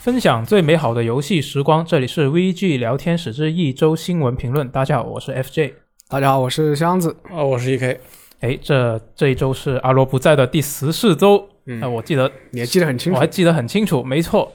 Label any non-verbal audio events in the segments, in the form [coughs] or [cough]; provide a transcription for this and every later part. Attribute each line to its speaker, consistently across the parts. Speaker 1: 分享最美好的游戏时光，这里是 VG 聊天室之一周新闻评论。大家好，我是 FJ。
Speaker 2: 大家好，我是箱子。
Speaker 3: 啊，我是 EK，
Speaker 1: 哎，这这一周是阿罗不在的第十四周，
Speaker 3: 嗯
Speaker 1: 那、我记得
Speaker 2: 你也记得很清
Speaker 1: 我
Speaker 2: 楚
Speaker 1: 还，记得很清楚，没错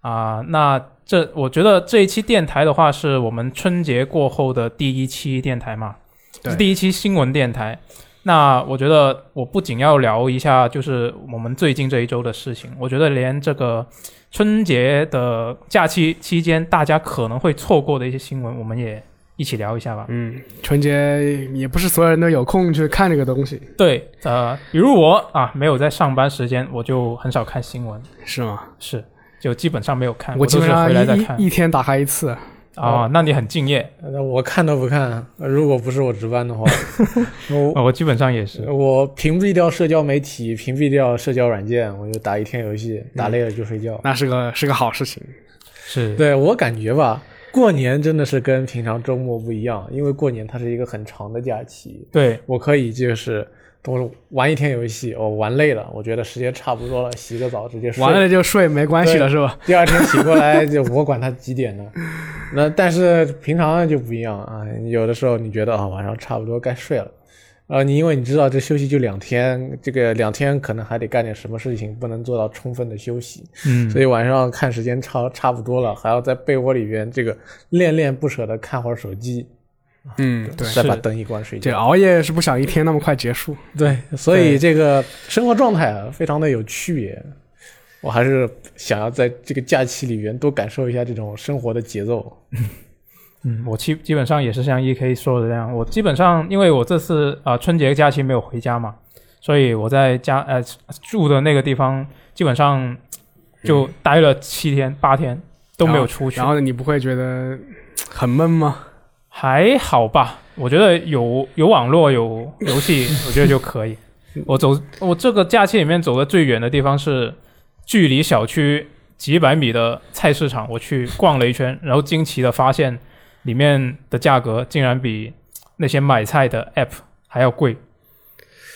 Speaker 1: 啊、那这我觉得这一期电台的话，是我们春节过后的第一期电台嘛，
Speaker 2: 对
Speaker 1: 是第一期新闻电台。那我觉得我不仅要聊一下，就是我们最近这一周的事情，我觉得连这个春节的假期期间，大家可能会错过的一些新闻，我们也一起聊一下吧。
Speaker 2: 嗯，春节也不是所有人都有空去看这个东西，
Speaker 1: 对，呃，比如我啊，没有在上班时间，我就很少看新闻，
Speaker 2: 是吗？
Speaker 1: 是，就基本上没有看，
Speaker 2: 我
Speaker 1: 哎都
Speaker 2: 基
Speaker 1: 是
Speaker 2: 本
Speaker 1: 回来再
Speaker 2: 上
Speaker 1: 看
Speaker 2: 一一一天打开一次，
Speaker 1: 啊、那你很敬业，
Speaker 3: 那我看都不看，呃如果不是我值班的话，我
Speaker 1: [laughs] 呃我基本上也是。
Speaker 3: 我屏蔽掉社交媒体，屏蔽掉社交软件，我就打一天游戏，打累了就睡觉。
Speaker 2: 那是个是个好事情。
Speaker 1: 是，
Speaker 3: 对我感觉吧，过年真的是跟平常周末不一样，因为过年它是一个很长的假期，
Speaker 1: 对，
Speaker 3: 我可以就是我玩一天游戏，我玩累了，我觉得时间差不多了，洗个澡直接睡。
Speaker 2: 完了就睡，没关系了，是吧？
Speaker 3: 第二天醒过来就我管他几点呢？ [laughs] 那但是平常就不一样啊，有的时候你觉得啊晚上差不多该睡了，呃，你因为你知道这休息就两天，这个两天可能还得干点什么事情，不能做到充分的休息，
Speaker 1: 嗯，
Speaker 3: 所以晚上看时间差差不多了，还要在被窝里边这个恋恋不舍的看会儿手机，
Speaker 2: 嗯，对，啊
Speaker 3: 再把
Speaker 1: 是
Speaker 3: 灯一关睡
Speaker 2: 这
Speaker 3: 觉。
Speaker 2: 熬夜是不想一天那么快结束。
Speaker 3: 对，所以这个生活状态啊，非常的有区别。我还是想要在这个假期里边多感受一下这种生活的节奏。
Speaker 1: 嗯，我基基本上也是像 E K 说的那样，我基本上因为我这次啊、呃春节假期没有回家嘛，所以我在家呃住的那个地方基本上就待了七天八天都没有出去
Speaker 2: 然，后你不会觉得很闷吗？
Speaker 1: 还好吧？我觉得有有网络有游戏，我觉得就可以。我走我这个假期里面走的最远的地方是距离小区几百米的菜市场，我去逛了一圈，然后惊奇的发现里面的价格竟然比那些买菜的 app 还要贵。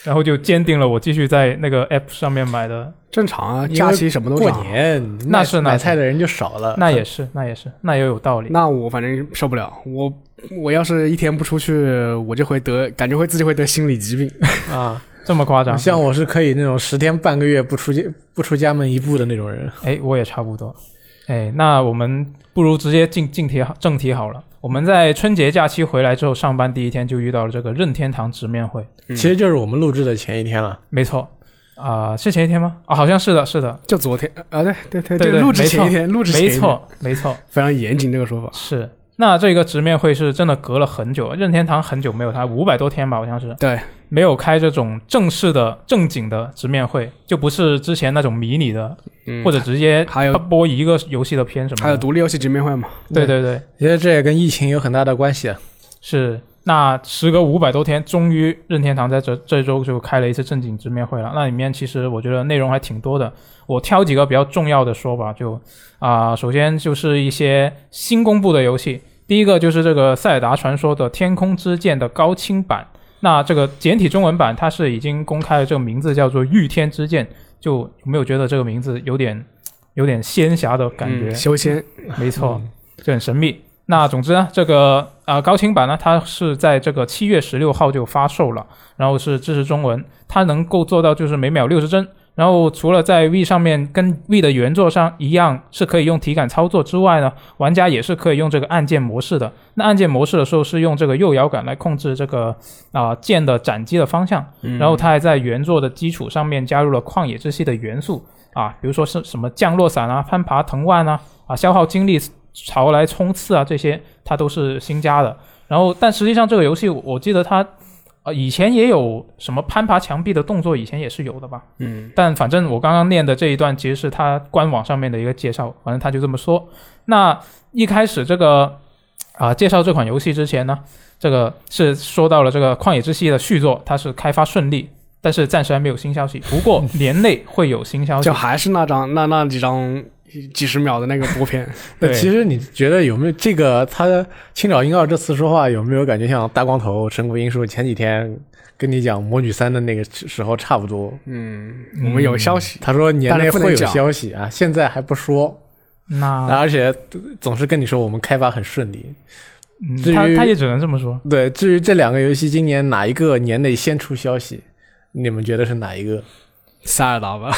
Speaker 1: 然后就坚定了我继续在那个 app 上面买的，
Speaker 2: 正常啊，
Speaker 3: 因为
Speaker 2: 假期什么都
Speaker 3: 过
Speaker 2: 涨。
Speaker 3: 年
Speaker 1: 那
Speaker 3: 卖
Speaker 1: 是那
Speaker 3: 买
Speaker 1: 是
Speaker 3: 菜的人就少了，
Speaker 1: 那也是，那也是，那也有道理。
Speaker 2: 那我反正受不了，我我要是一天不出去，我就会得感觉会自己会得心理疾病。
Speaker 3: 啊。
Speaker 1: 这么夸张？
Speaker 3: 像我是可以那种十天半个月不出街不出家门一步的那种人。
Speaker 1: 哎，我也差不多。哎，那我们不如直接进进题好正题好了。我们在春节假期回来之后，上班第一天就遇到了这个任天堂直面会。
Speaker 2: 嗯
Speaker 3: 其实就是我们录制的前一天了。
Speaker 1: 没错，啊、是前一天吗？啊，好像是的，是的，
Speaker 2: 就昨天啊，对对对
Speaker 1: 对
Speaker 2: 就
Speaker 1: 对
Speaker 2: 录制
Speaker 1: 没
Speaker 2: 前
Speaker 1: 错
Speaker 2: 一天，录制前一
Speaker 1: 没
Speaker 2: 天，
Speaker 1: 错，没错，
Speaker 2: 非常严谨这个说法。
Speaker 1: 是。那这个直面会是真的隔了很久，任天堂很久没有它，五百多天吧，好像是
Speaker 2: 对，
Speaker 1: 没有开这种正式的、正经的直面会，就不是之前那种迷你的，
Speaker 2: 嗯
Speaker 1: 或者直接
Speaker 2: 还有
Speaker 1: 播一个游戏的片什么的。
Speaker 2: 还有独立游戏直面会嘛？
Speaker 1: 对对对，
Speaker 3: 其实这也跟疫情有很大的关系啊。
Speaker 1: 是，那时隔五百多天，终于任天堂在这这周就开了一次正经直面会了。那里面其实我觉得内容还挺多的，我挑几个比较重要的说吧。就啊、首先就是一些新公布的游戏，第一个就是这个《塞尔达传说》的《天空之剑》的高清版。那这个简体中文版它是已经公开了，这个名字叫做《御天之剑》，就有没有觉得这个名字有点有点仙侠的感 [laughs] 觉？
Speaker 2: 嗯修仙
Speaker 1: 没错，就很神秘。那总之呢，这个啊、呃高清版呢，它是在这个七月十六号就发售了，然后是支持中文，它能够做到就是每秒六十帧。然后除了在 V 上面跟 V 的原作上一样是可以用体感操作之外呢，玩家也是可以用这个按键模式的。那按键模式的时候是用这个右摇杆来控制这个啊、剑的斩击的方向。然后它还在原作的基础上面加入了旷野之息的元素啊，比如说是什么降落伞啊、攀爬藤蔓啊、啊消耗精力潮来冲刺啊，这些它都是新加的。然后，但实际上这个游戏，我记得它呃以前也有什么攀爬墙壁的动作，以前也是有的吧。
Speaker 2: 嗯，
Speaker 1: 但反正我刚刚念的这一段其实是他官网上面的一个介绍，反正他就这么说。那一开始这个啊、介绍这款游戏之前呢，这个是说到了这个《旷野之息》的续作，它是开发顺利，但是暂时还没有新消息。不过 [laughs] 年内会有新消息
Speaker 2: 嗯就。还是那张那那几张几十秒的那个播片，
Speaker 3: 那
Speaker 1: 对
Speaker 3: 其实你觉得有没有这个他青岛英二这次说话有没有感觉像大光头神谷英树前几天跟你讲《魔女三》的那个时候差不多？
Speaker 2: 嗯，我们有消息，
Speaker 3: 他说年
Speaker 2: 但
Speaker 3: 内
Speaker 2: 是不能
Speaker 3: 会有
Speaker 2: 讲
Speaker 3: 消息啊，现在还不说。
Speaker 1: 那
Speaker 3: 而且总是跟你说我们开发很顺利。
Speaker 1: 嗯
Speaker 3: 至
Speaker 1: 他
Speaker 3: 于
Speaker 1: 他也只能这么说。
Speaker 3: 对，至于这两个游戏今年哪一个年内先出消息，你们觉得是哪一个？
Speaker 2: 塞尔达吧，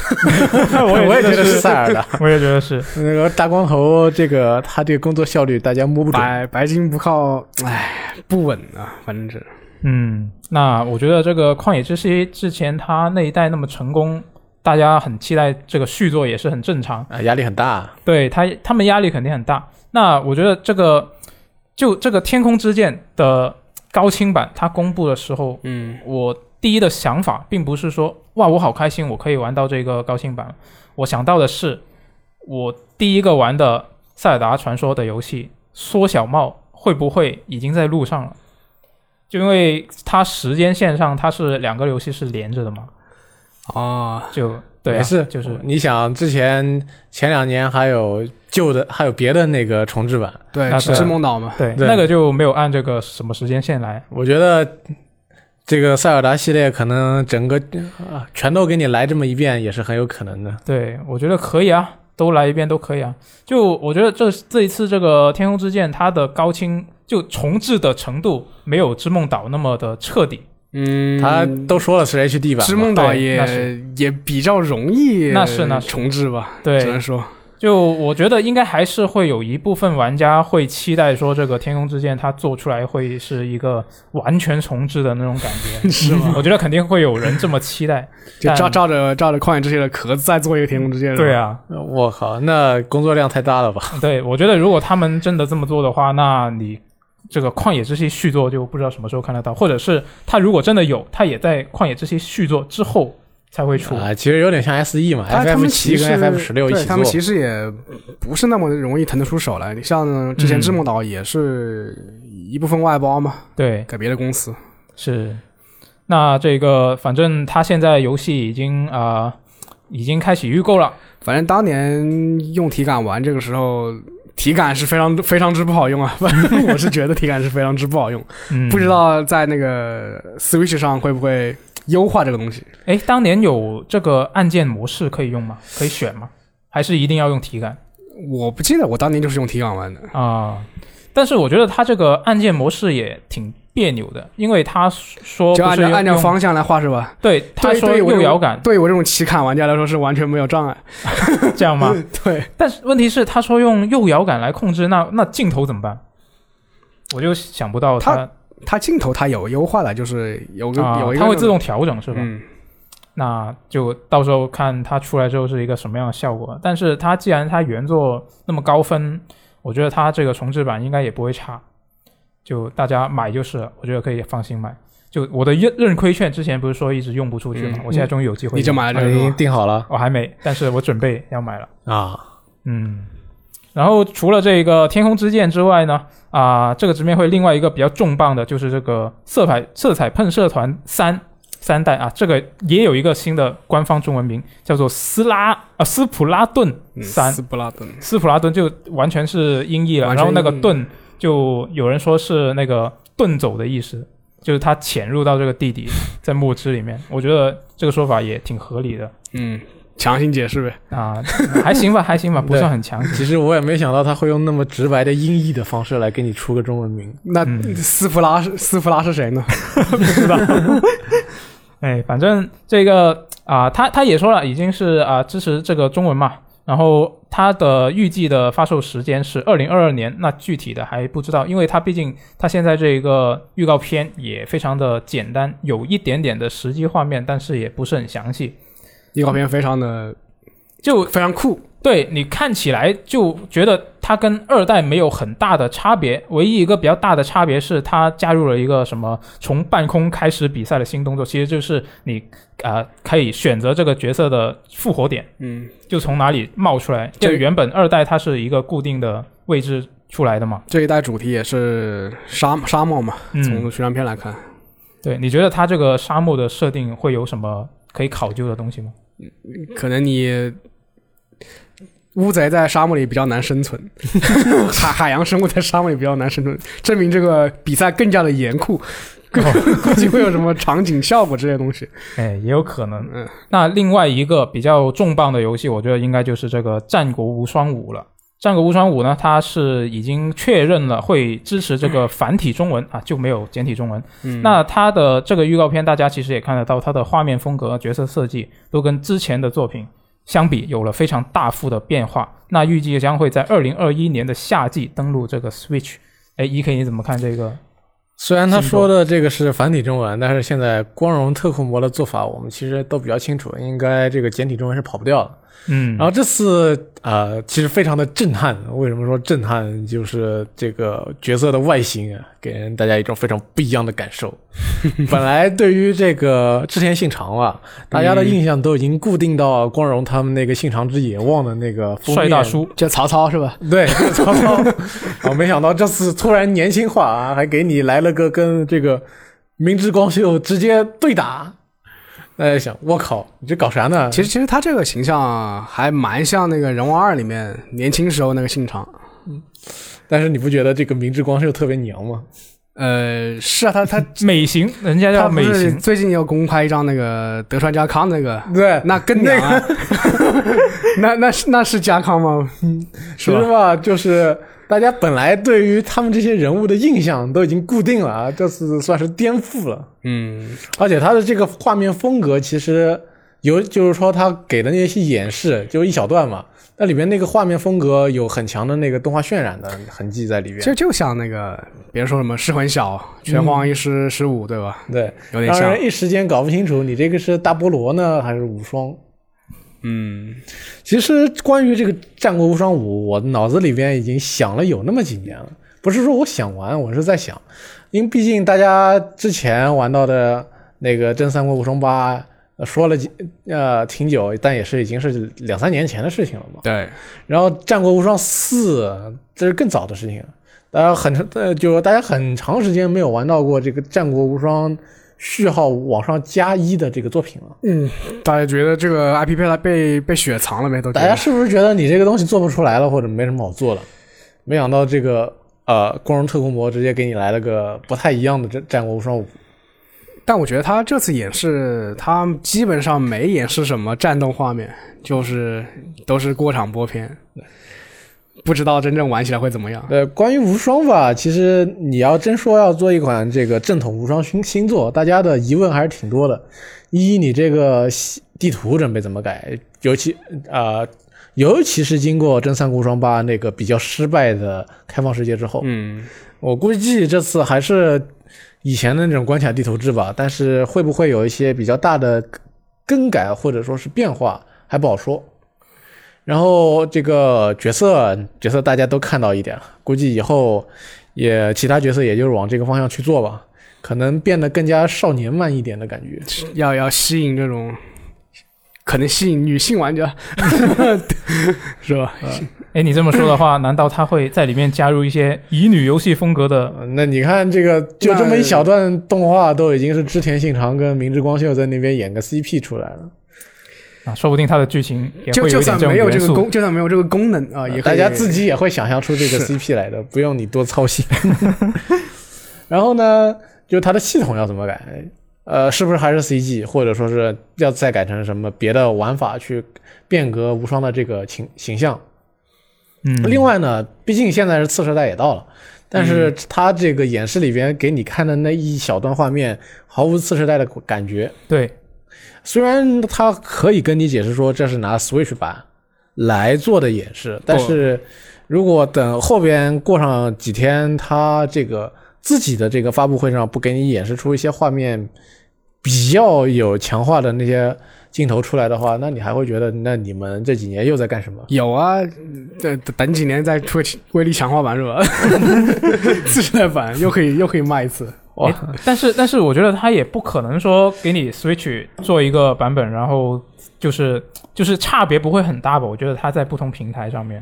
Speaker 1: 我
Speaker 3: [laughs] 我也觉得是
Speaker 1: 是，
Speaker 3: 塞尔达。
Speaker 1: [laughs] 我也觉得是。
Speaker 3: 那个大光头，这个他这个工作效率大家摸不准。
Speaker 2: 白白金不靠，唉，不稳啊，反正是
Speaker 1: 嗯，那我觉得这个《旷野之息》之前他那一代那么成功，大家很期待这个续作也是很正常。
Speaker 3: 啊，压力很大。
Speaker 1: 对他，他们压力肯定很大。那我觉得这个，就这个《天空之剑》的高清版，它公布的时候，
Speaker 2: 嗯，
Speaker 1: 我第一的想法并不是说哇，我好开心，我可以玩到这个高清版。我想到的是，我第一个玩的《塞尔达传说》的游戏《缩小帽》会不会已经在路上了？就因为它时间线上它是两个游戏是连着的嘛，
Speaker 2: 哦，
Speaker 1: 就对、啊，
Speaker 3: 也是
Speaker 1: 就是
Speaker 3: 你想之前前两年还有旧的，还有别的那个重置版，
Speaker 2: 对，
Speaker 1: 那
Speaker 2: 纸
Speaker 1: 对
Speaker 2: 之梦岛嘛，
Speaker 1: 对
Speaker 3: 对
Speaker 1: 那个就没有按这个什么时间线来。
Speaker 3: 我觉得这个塞尔达系列可能整个啊全都给你来这么一遍也是很有可能的。
Speaker 1: 对，我觉得可以啊，都来一遍都可以啊。就我觉得这这一次这个《天空之剑》，它的高清就重置的程度没有《之梦岛》那么的彻底，
Speaker 2: 嗯，
Speaker 3: 他都说了是 HD 版嘛，
Speaker 2: 之梦岛
Speaker 1: 对那
Speaker 2: 也
Speaker 1: 是
Speaker 2: 也比较容易，
Speaker 1: 那是那是
Speaker 2: 重置吧，
Speaker 1: 对
Speaker 2: 只能说，
Speaker 1: 就我觉得应该还是会有一部分玩家会期待说，这个《天空之剑》它做出来会是一个完全重置的那种感觉， [laughs] 是吗？我觉得肯定会有人这么期 [laughs] 待。
Speaker 2: 就照
Speaker 1: 但
Speaker 2: 照着照着旷野之息的壳子再做一个天空之剑，
Speaker 1: 对
Speaker 2: 啊，
Speaker 1: 啊，
Speaker 3: 呃我靠，那工作量太大了吧？
Speaker 1: [laughs] 对，我觉得如果他们真的这么做的话，那你这个《旷野之息》续作就不知道什么时候看得到，或者是他如果真的有，他也在《旷野之息》续作之后才会出。
Speaker 2: 嗯
Speaker 3: 啊，其实有点像 SE 嘛
Speaker 2: 他他
Speaker 3: ，FF
Speaker 2: 们其
Speaker 3: 七
Speaker 2: 实
Speaker 3: 跟 FF 十六一
Speaker 2: 对
Speaker 3: 起
Speaker 2: 他们
Speaker 3: 做
Speaker 2: 其。实也不是那么容易腾得出手来。你像之前
Speaker 1: 嗯
Speaker 2: 之梦岛也是一部分外包嘛，
Speaker 1: 对，
Speaker 2: 给别的公司。
Speaker 1: 是。那这个反正他现在游戏已经啊、已经开始预购了。
Speaker 2: 反正当年用体感玩这个时候，体感是非常非常之不好用啊。 [laughs] 反正我是觉得体感是非常之不好用，
Speaker 1: 嗯，
Speaker 2: 不知道在那个 Switch 上会不会优化这个东西。
Speaker 1: 哎，当年有这个按键模式可以用吗？可以选吗？还是一定要用体感
Speaker 2: 我不记得我当年就是用体感玩的。
Speaker 1: 啊、但是我觉得它这个按键模式也挺别扭的，因为他说
Speaker 2: 就
Speaker 1: 哦不
Speaker 2: 按
Speaker 1: 是
Speaker 2: 照按照
Speaker 1: 用
Speaker 2: 方向来画是吧？
Speaker 1: 对，他
Speaker 2: 对
Speaker 1: 说
Speaker 2: 对我
Speaker 1: 右
Speaker 2: 有
Speaker 1: 摇杆
Speaker 2: 对于我这种体感玩家来说是完全没有障碍。
Speaker 1: 这样吗？
Speaker 2: [laughs] 对，
Speaker 1: 但是问题是，他说用右摇杆来控制，那那镜头怎么办？我就想不到
Speaker 2: 它
Speaker 1: 它
Speaker 2: 它镜头它有优化的，就是有个、
Speaker 1: 啊
Speaker 2: 有，一个
Speaker 1: 它会自
Speaker 2: 那
Speaker 1: 动调整是
Speaker 2: 种
Speaker 1: 吧？
Speaker 2: 嗯，
Speaker 1: 那就到时候看它出来之后是一个什么样的效果。但是它既然它原作那么高分，我觉得它这个重置版应该也不会差，就大家买就是了，我觉得可以放心买。就我的认认亏券之前不是说一直用不出去吗？
Speaker 2: 嗯
Speaker 1: 我现在终于有哎机会
Speaker 2: 你就
Speaker 1: 用了，哦
Speaker 2: 买了
Speaker 3: 我
Speaker 2: 这
Speaker 3: 已
Speaker 2: 个
Speaker 3: 经
Speaker 2: 吗，
Speaker 3: 定好了
Speaker 1: 我还没，但是我准备要买了。
Speaker 3: [laughs] 啊，
Speaker 1: 嗯，然后除了这个天空之剑之外呢，啊、这个直面会另外一个比较重磅的就是这个色彩色彩喷射团三三代啊，这个也有一个新的官方中文名，叫做斯拉啊、斯普拉顿
Speaker 2: 嗯
Speaker 1: 三、
Speaker 2: 斯布拉顿，
Speaker 1: 斯普拉顿就完全是音译了，
Speaker 2: 完
Speaker 1: 然
Speaker 2: 全
Speaker 1: 后那个
Speaker 2: 音译
Speaker 1: 盾就有人说是那个遁走的意思，就是他潜入到这个地
Speaker 2: [laughs]
Speaker 1: 底，在墨汁里面，我觉得这个说法也挺合理的
Speaker 2: 嗯，强行解释呗，
Speaker 1: 啊，还行吧，还行吧，不算很强行。
Speaker 3: 其实我也没想到他会用那么直白的音译的方式来给你出个中文名。
Speaker 2: 那、
Speaker 1: 嗯
Speaker 2: 斯普拉是斯普拉是
Speaker 1: [laughs]
Speaker 2: 谁呢？ [laughs]
Speaker 1: 哎，反正这个啊、他他也说了，已经是啊、支持这个中文嘛。然后它的预计的发售时间是二零二二年，那具体的还不知道，因为它毕竟它现在这个预告片也非常的简单，有一点点的实际画面，但是也不是很详细。
Speaker 2: 预告片非常的
Speaker 1: 就
Speaker 2: 非常酷，
Speaker 1: 对你看起来就觉得它跟二代没有很大的差别，唯一一个比较大的差别是它加入了一个什么从半空开始比赛的新动作，其实就是你啊、呃可以选择这个角色的复活点，
Speaker 2: 嗯，
Speaker 1: 就从哪里冒出来。
Speaker 2: 这
Speaker 1: 就原本二代它是一个固定的位置出来的嘛，
Speaker 2: 这一代主题也是沙沙漠嘛，
Speaker 1: 嗯
Speaker 2: 从，宣传片来看，
Speaker 1: 对，你觉得它这个沙漠的设定会有什么可以考究的东西吗？
Speaker 2: 可能你。乌贼在沙漠里比较难
Speaker 1: [laughs]
Speaker 2: 生存，海海洋生物在沙漠里比较难生存，证明这个比赛更加的严酷，
Speaker 1: 哦
Speaker 2: [laughs] 估计会有什么场景效果之类的东西。
Speaker 1: 哎，也有可能。
Speaker 2: 嗯，
Speaker 1: 那另外一个比较重磅的游戏，我觉得应该就是这个《战国无双五》了。战国无双五呢，它是已经确认了会支持这个繁体中文啊，就没有简体中文。
Speaker 2: 嗯
Speaker 1: 那它的这个预告片，大家其实也看得到，它的画面风格、角色设计都跟之前的作品相比有了非常大幅的变化。那预计将会在二零二一年的夏季登陆这个 Switch。哎，E.K. 你怎么看这个？
Speaker 3: 虽然他说的这个是繁体中文，但是现在光荣特库摩的做法，我们其实都比较清楚，应该这个简体中文是跑不掉的。
Speaker 1: 嗯
Speaker 3: 然后这次呃，其实非常的震撼。为什么说震撼？就是这个角色的外形啊，给人大家一种非常不一样的
Speaker 1: [laughs]
Speaker 3: 感受。本来对于这个织田信长啊，大家的印象都已经固定到光荣他们那个信长之野望的那个封
Speaker 1: 帅
Speaker 3: 面
Speaker 1: 大叔，
Speaker 2: 就曹操是吧？
Speaker 3: 对，曹操。我没想到这次突然年轻化啊，还给你来了个跟这个明智光秀直接对打。大家想，我靠，你这搞啥呢？
Speaker 2: 其实其实他这个形象还蛮像那个《人王二》里面年轻时候那个信长。
Speaker 3: 但是你不觉得这个明智光秀特别娘吗？
Speaker 2: 呃，是啊，他
Speaker 1: [laughs]
Speaker 2: 他
Speaker 1: 美型，人家
Speaker 2: 他
Speaker 1: 叫
Speaker 2: 不
Speaker 1: 美
Speaker 2: 是
Speaker 1: 型。
Speaker 2: 最近要公开一张那个德川家康那个，
Speaker 3: [laughs] 对，
Speaker 2: 那更娘
Speaker 1: [laughs]
Speaker 2: 啊！那那是那是家康吗？是
Speaker 3: 其
Speaker 2: 吧
Speaker 3: 实吧，就是大家本来对于他们这些人物的印象都已经固定了啊，这次算是颠覆了。
Speaker 2: 嗯，
Speaker 3: 而且他的这个画面风格其实有，就是说他给的那些演示就一小段嘛，那里面那个画面风格有很强的那个动画渲染的痕迹在里边。
Speaker 2: 就就像那个，别说什么失魂小，拳皇一
Speaker 1: 嗯
Speaker 2: 失十五，对吧？
Speaker 3: 对，
Speaker 2: 有点
Speaker 3: 让
Speaker 2: 像
Speaker 3: 人。一时间搞不清楚你这个是大菠萝呢还是无双。
Speaker 2: 嗯，
Speaker 3: 其实关于这个《战国无双五》，我脑子里边已经想了有那么几年了，不是说我想玩，我是在想，因为毕竟大家之前玩到的那个《真三国无双八》呃说了几呃挺久，但也是已经是两三年前的事情了嘛。
Speaker 2: 对，
Speaker 3: 然后《战国无双四》这是更早的事情了，大家很长呃，就大家很长时间没有玩到过这个《战国无双》序号往上加一的这个作品了。
Speaker 2: 嗯，大家觉得这个 IP 被被被雪藏了没？都觉
Speaker 3: 大家
Speaker 2: 得
Speaker 3: 是不是觉得你这个东西做不出来了，或者没什么好做的？没想到这个呃，光荣特工模直接给你来了个不太一样的战战国无双五。
Speaker 2: 但我觉得他这次演示，他基本上没演示什么战斗画面，就是都是过场播片，不知道真正玩起来会怎么样。
Speaker 3: 呃，关于无双吧，其实你要真说要做一款这个正统无双新新作，大家的疑问还是挺多的。一，你这个西地图准备怎么改？尤其啊、呃尤其是经过《真三国无双八》那个比较失败的开放世界之后，
Speaker 2: 嗯，
Speaker 3: 我估计这次还是以前的那种关卡地图制吧，但是会不会有一些比较大的更改或者说是变化还不好说。然后这个角色角色大家都看到一点 [laughs] 了，估计以后也其他角色也就是往这个方向去做吧，可能变得更加少年漫一点的感觉。
Speaker 2: 要要吸引这种，可能吸引女性玩家，是吧？
Speaker 1: 哎，你这么说的话，难道他会在里面加入一些乙女游戏风格的？
Speaker 3: 呃那你看这个就这么一小段动画，都已经是织田信长跟明智光秀在那边演个 CP 出来了，
Speaker 1: 啊，说不定他的剧情也
Speaker 2: 就
Speaker 1: 会
Speaker 2: 就
Speaker 1: 一点
Speaker 2: 算
Speaker 1: 这种
Speaker 2: 没有
Speaker 1: 元
Speaker 2: 这个
Speaker 1: 素。
Speaker 2: 功，就算没有这个功能啊，也可
Speaker 3: 大
Speaker 2: 以
Speaker 3: 家自己也会想象出这个
Speaker 2: 是
Speaker 3: CP 来的，不用你多操心。 [laughs] 然后呢，就它的系统要怎么改？呃，是不是还是 CG，或者说是要再改成什么别的玩法去变革无双的这个形形象？
Speaker 1: 嗯，
Speaker 3: 另外呢，毕竟现在是次世代也到了，但
Speaker 2: 嗯
Speaker 3: 是它这个演示里边给你看的那一小段画面，毫无次世代的感觉。
Speaker 1: 对，
Speaker 3: 虽然它可以跟你解释说这是拿 Switch 版来做的演示，但是如果等后边过上几天，它这个自己的这个发布会上不给你演示出一些画面比较有强化的那些镜头出来的话，那你还会觉得那你们这几年又在干什么？
Speaker 2: 有啊，等等几年再出威力强化版是吧？自制代版又可以又可以卖一次，
Speaker 3: 哇
Speaker 1: 诶，哎但是但是我觉得他也不可能说给你 Switch 做一个版本，然后就是就是差别不会很大吧？我觉得它在不同平台上面，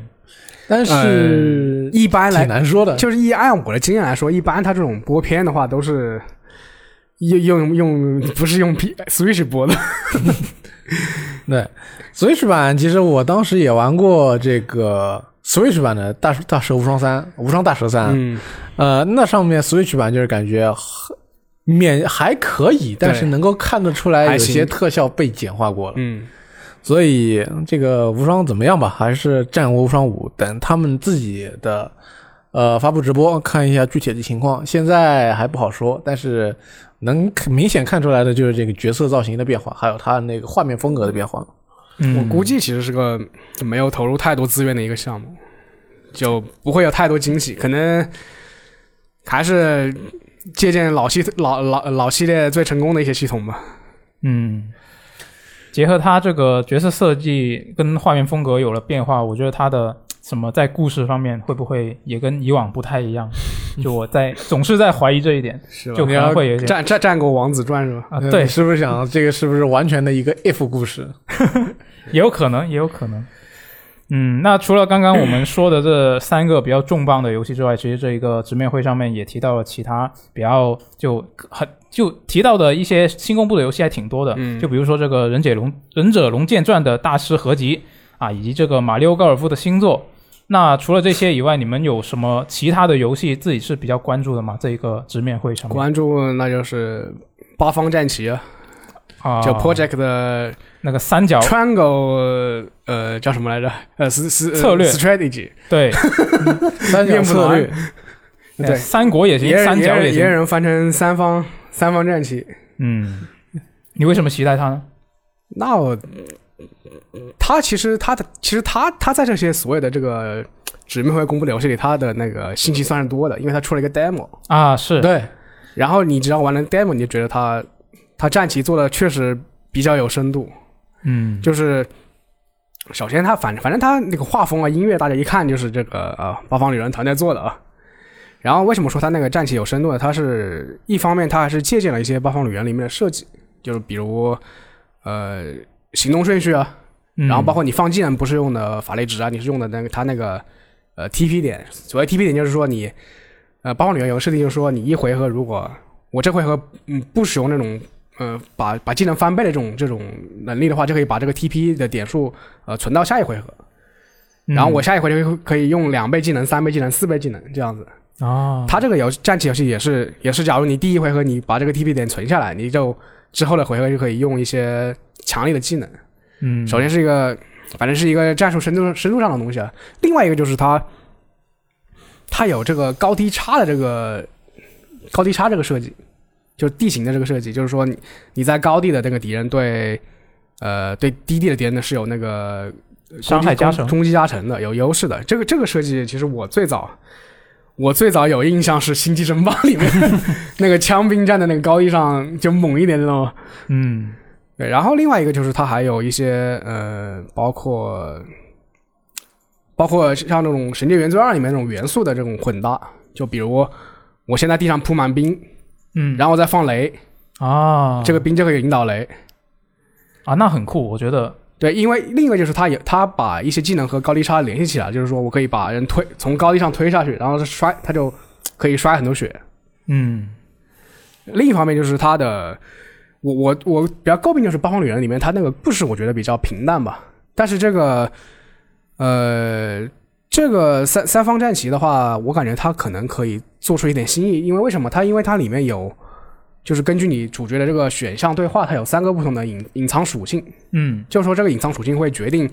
Speaker 3: 但是
Speaker 2: 呃一般来
Speaker 3: 挺难说的。
Speaker 2: 就是一按我的经验来说，一般它这种播片的话都是用用用不是用 P [laughs] Switch 播的，
Speaker 3: 对，Switch 版其实我当时也玩过这个 Switch 版的大《大蛇无双三》《无双大蛇三》
Speaker 2: 嗯，
Speaker 3: 呃，那上面 Switch 版就是感觉很勉还可以，但是能够看得出来
Speaker 2: 还
Speaker 3: 有
Speaker 2: 行
Speaker 3: 些特效被简化过了。
Speaker 2: 嗯，
Speaker 3: 所以这个无双怎么样吧？还是战国无双五，等他们自己的呃发布直播看一下具体的情况。现在还不好说，但是能看明显看出来的就是这个角色造型的变化，还有它那个画面风格的变化。
Speaker 1: 嗯，
Speaker 2: 我估计其实是个没有投入太多资源的一个项目，就不会有太多惊喜，可能还是借鉴老系老老老系列最成功的一些系统吧。
Speaker 1: 嗯，结合他这个角色设计跟画面风格有了变化，我觉得他的什么在故事方面会不会也跟以往不太一样？就我在总是在怀疑这一点，
Speaker 2: 是吧
Speaker 1: 就可能会有一点
Speaker 2: 战战战国王子传是吧？
Speaker 1: 啊，对
Speaker 3: 呃你，是不是想这个是不是完全的一个 if 故 [laughs] 事？
Speaker 1: 也有可
Speaker 2: [laughs]
Speaker 1: 能，也有可能。嗯，那除了刚刚我们说的这三个比较重磅的游戏之外，其实这一个直面会上面也提到了其他比较就很就提到的一些新公布的游戏还挺多的，
Speaker 2: 嗯
Speaker 1: 就比如说这个《忍者龙忍者龙剑传》的大师合集啊，以及这个《马里奥高尔夫》的新作。那除了这些以外，你们有什么其他的游戏自己是比较关注的吗？这一个直面会上面
Speaker 2: 关注那就是八方战旗啊，
Speaker 1: 啊，
Speaker 2: 就 Project 的
Speaker 1: 那个三角
Speaker 2: Triangle 呃叫什么来着？呃，是是呃
Speaker 1: 策略
Speaker 2: strategy，
Speaker 1: 对
Speaker 3: 三角
Speaker 2: 啊
Speaker 3: 策略，
Speaker 2: [laughs] 对
Speaker 1: 三国也行，
Speaker 2: 野
Speaker 1: 三
Speaker 2: 人野
Speaker 1: 角也
Speaker 2: 人
Speaker 1: 行
Speaker 2: 野，人翻成三方三方战旗。
Speaker 1: 嗯，你为什么期待它呢？
Speaker 2: 那我，他其实他的其实他他在这些所谓的这个纸面会公布的游戏里，他的那个信息算是多的，因为他出了一个 demo，
Speaker 1: 啊，是，
Speaker 3: 对，
Speaker 2: 然后你只要玩了 demo，你就觉得他他战旗做的确实比较有深度，
Speaker 1: 嗯，
Speaker 2: 就是。首先，他反反正他那个画风啊、音乐，大家一看就是这个呃八方旅人团队做的啊。然后为什么说他那个战旗有深度呢？它是一方面，它还是借鉴了一些八方旅人里面的设计，就是比如呃行动顺序啊，
Speaker 1: 嗯
Speaker 2: 然后包括你放技能不是用的法雷值啊，你是用的那个它那个呃 TP 点。所谓 TP 点就是说你呃包括旅游游设定就是说你一回合如果我这回合嗯不使用那种呃把把技能翻倍的这种这种能力的话，就可以把这个 TP 的点数呃存到下一回合，
Speaker 1: 嗯
Speaker 2: 然后我下一回合可以用两倍技能、三倍技能、四倍技能这样子。
Speaker 1: 嗯啊，
Speaker 2: 它这个游戏战棋游戏也是也是，假如你第一回合你把这个 TP 点存下来，你就之后的回合就可以用一些强力的技能。
Speaker 1: 嗯，
Speaker 2: 首先是一个，反正是一个战术深度深度上的东西啊。另外一个就是它，它有这个高低差的这个高低差这个设计，就是地形的这个设计，就是说你你在高地的那个敌人对，呃，对低地的敌人呢是有那个
Speaker 1: 伤害加成
Speaker 2: 攻击加成的，有优势的。这个这个设计其实我最早。我最早有印象是《星际争霸》里面 [laughs] 那个枪兵站在那个高地上就猛一点那种，
Speaker 1: 嗯
Speaker 2: 对，然后另外一个就是它还有一些呃，包括包括像那种《神界原罪二》里面那种元素的这种混搭，就比如我先在地上铺满冰，
Speaker 1: 嗯，
Speaker 2: 然后我嗯再放雷，
Speaker 1: 后啊，
Speaker 2: 这个冰就可以引导雷。
Speaker 1: 啊，那很酷，我觉得，
Speaker 2: 对，因为另一个就是它有它把一些技能和高低差联系起来，就是说我可以把人推从高地上推下去，然后摔，它就可以摔很多血。
Speaker 1: 嗯
Speaker 2: 另一方面就是它的，我我我比较诟病就是《八方旅人》里面它那个故事，我觉得比较平淡吧。但是这个，呃，这个三三方战旗的话，我感觉它可能可以做出一点新意，因为为什么？它因为它里面有，就是根据你主角的这个选项对话，它有三个不同的隐隐藏属性，
Speaker 1: 嗯
Speaker 2: 就是说这个隐藏属性会决定，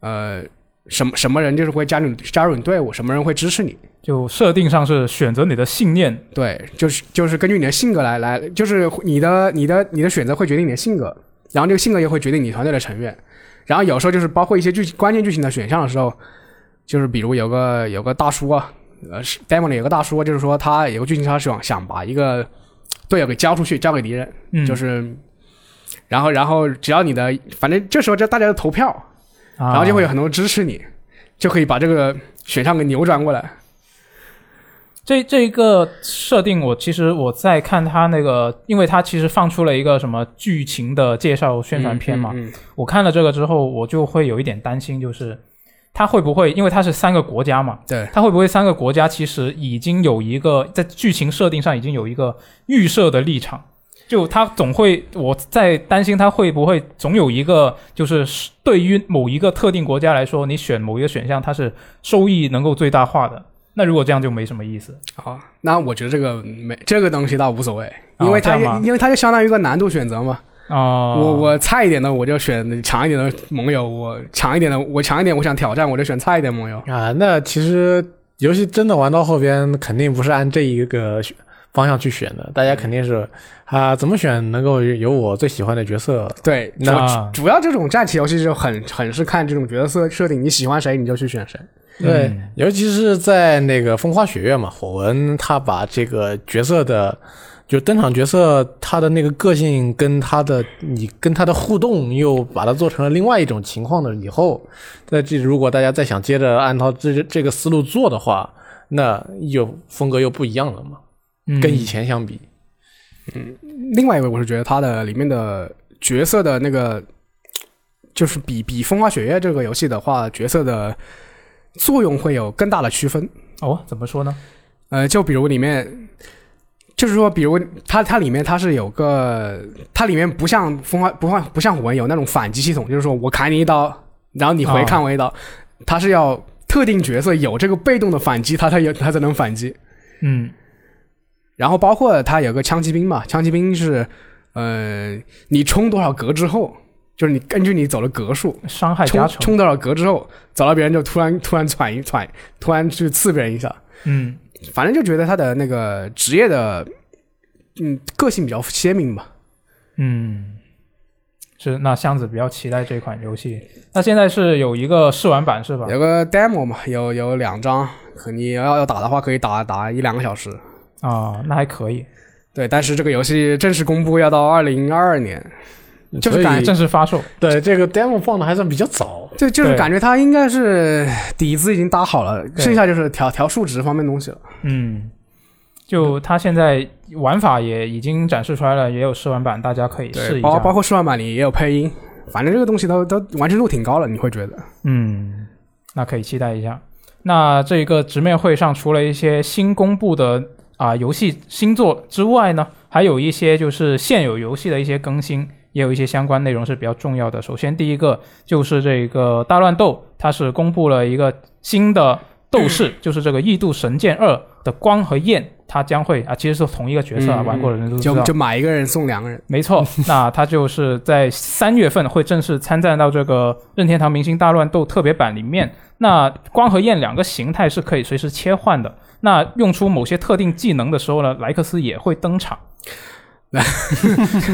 Speaker 2: 呃，什么什么人就是会加入你加入你队伍，什么人会支持你。
Speaker 1: 就设定上是选择你的信念，
Speaker 2: 对，就是就是根据你的性格来来，就是你的你的你的选择会决定你的性格，然后这个性格也会决定你团队的成员，然后有时候就是包括一些剧关键剧情的选项的时候，就是比如有个有个大叔啊，呃是，demo 里有个大叔啊，就是说他有个剧情他是想想把一个队友给交出去，交给敌人，
Speaker 1: 嗯，
Speaker 2: 就是，然后然后只要你的，反正这时候就大家就投票，
Speaker 1: 啊，
Speaker 2: 然
Speaker 1: 然
Speaker 2: 后就会有很多人支持你，就可以把这个选项给扭转过来。
Speaker 1: 这这一个设定，我其实我在看他那个，因为他其实放出了一个什么剧情的介绍宣传片嘛，
Speaker 2: 嗯嗯嗯
Speaker 1: 我看了这个之后，我就会有一点担心，就是他会不会，因为他是三个国家嘛，
Speaker 2: 对，
Speaker 1: 它会不会三个国家其实已经有一个在剧情设定上已经有一个预设的立场？就它总会，我在担心它会不会总有一个，就是对于某一个特定国家来说，你选某一个选项，它是收益能够最大化的。那如果这样就没什么意思。
Speaker 2: 啊，那我觉得这个没这个东西倒无所谓，
Speaker 1: 哦
Speaker 2: 因为它
Speaker 1: 这
Speaker 2: 也、
Speaker 1: 样吗
Speaker 2: 因为它就相当于一个难度选择嘛。
Speaker 1: 啊，
Speaker 2: 我我菜一点的我就选强一点的盟友，我强一点的我强一点，我想挑战我就选菜一点盟友。
Speaker 3: 啊，那其实游戏真的玩到后边，肯定不是按这一个选方向去选的，大家肯定是啊，怎么选能够有我最喜欢的角色？
Speaker 2: 对，主
Speaker 1: 那
Speaker 2: 主要这种战棋游戏就很很是看这种角色设定，你喜欢谁你就去选谁。
Speaker 3: 对，
Speaker 1: 嗯
Speaker 3: 尤其是在那个《风花雪月》嘛，火纹他把这个角色的。就登场角色他的那个个性跟他的你跟他的互动，又把它做成了另外一种情况的以后，那这如果大家再想接着按照这这个思路做的话，那又风格又不一样了嘛，
Speaker 1: 嗯
Speaker 3: 跟以前相比，
Speaker 2: 另外一位，我是觉得他的里面的角色的那个，就是比比《风花雪月》这个游戏的话，角色的作用会有更大的区分。
Speaker 1: 哦怎么说呢？
Speaker 2: 呃，就比如里面，就是说，比如它它里面它是有个，它里面不像风花不像不像火纹有那种反击系统，就是说我砍你一刀，然后你回砍我一刀，它是要特定角色有这个被动的反击，它才有它才能反击。
Speaker 1: 嗯
Speaker 2: 然后包括它有个枪骑兵嘛，枪骑兵是，呃，你冲多少格之后，就是你根据你走的格数，
Speaker 1: 伤害加
Speaker 2: 冲
Speaker 1: 成
Speaker 2: 冲多少格之后，走到别人就突然突然喘一喘，突然去刺别人一下，
Speaker 1: 嗯
Speaker 2: 反正就觉得他的那个职业的，嗯，个性比较鲜明吧。
Speaker 1: 嗯，是那箱子比较期待这款游戏。那现在是有一个试玩版是吧？
Speaker 2: 有个 demo 嘛，有有两张，可你要要打的话可以打打一两个小时。
Speaker 1: 啊，那还可以，
Speaker 2: 对，但是这个游戏正式公布要到二零二二年，
Speaker 1: 就是
Speaker 3: 所以
Speaker 1: 赶正式发售。
Speaker 3: 对这个 demo 放的还算比较早，
Speaker 2: 就就是
Speaker 1: 对
Speaker 2: 感觉它应该是底子已经打好了，
Speaker 1: 对
Speaker 2: 剩下就是调调数值方面的东西了。
Speaker 1: 嗯，就它现在玩法也已经展示出来了，也有试玩版，大家可以试
Speaker 2: 对，
Speaker 1: 一
Speaker 2: 包
Speaker 1: 下。
Speaker 2: 包括试玩版里也有配音，反正这个东西都都完成度挺高了，你会觉得。
Speaker 1: 嗯，那可以期待一下。那这个直面会上，除了一些新公布的啊、游戏新作之外呢，还有一些就是现有游戏的一些更新，也有一些相关内容是比较重要的。首先第一个就是这个大乱斗，它是公布了一个新的斗
Speaker 2: 嗯
Speaker 1: 士，就是这个《异度神剑二》的光和焰，它将会啊，其实是同一个角色啊，
Speaker 2: 嗯
Speaker 1: 玩过的人都知
Speaker 2: 就
Speaker 1: 道
Speaker 2: 就。买一个人送两个人。
Speaker 1: 没错，那他就是在三月份会正式参战到这个任天堂明星大乱斗特别版里面。那光和焰两个形态是可以随时切换的。那用出某些特定技能的时候呢，莱克斯也会登场。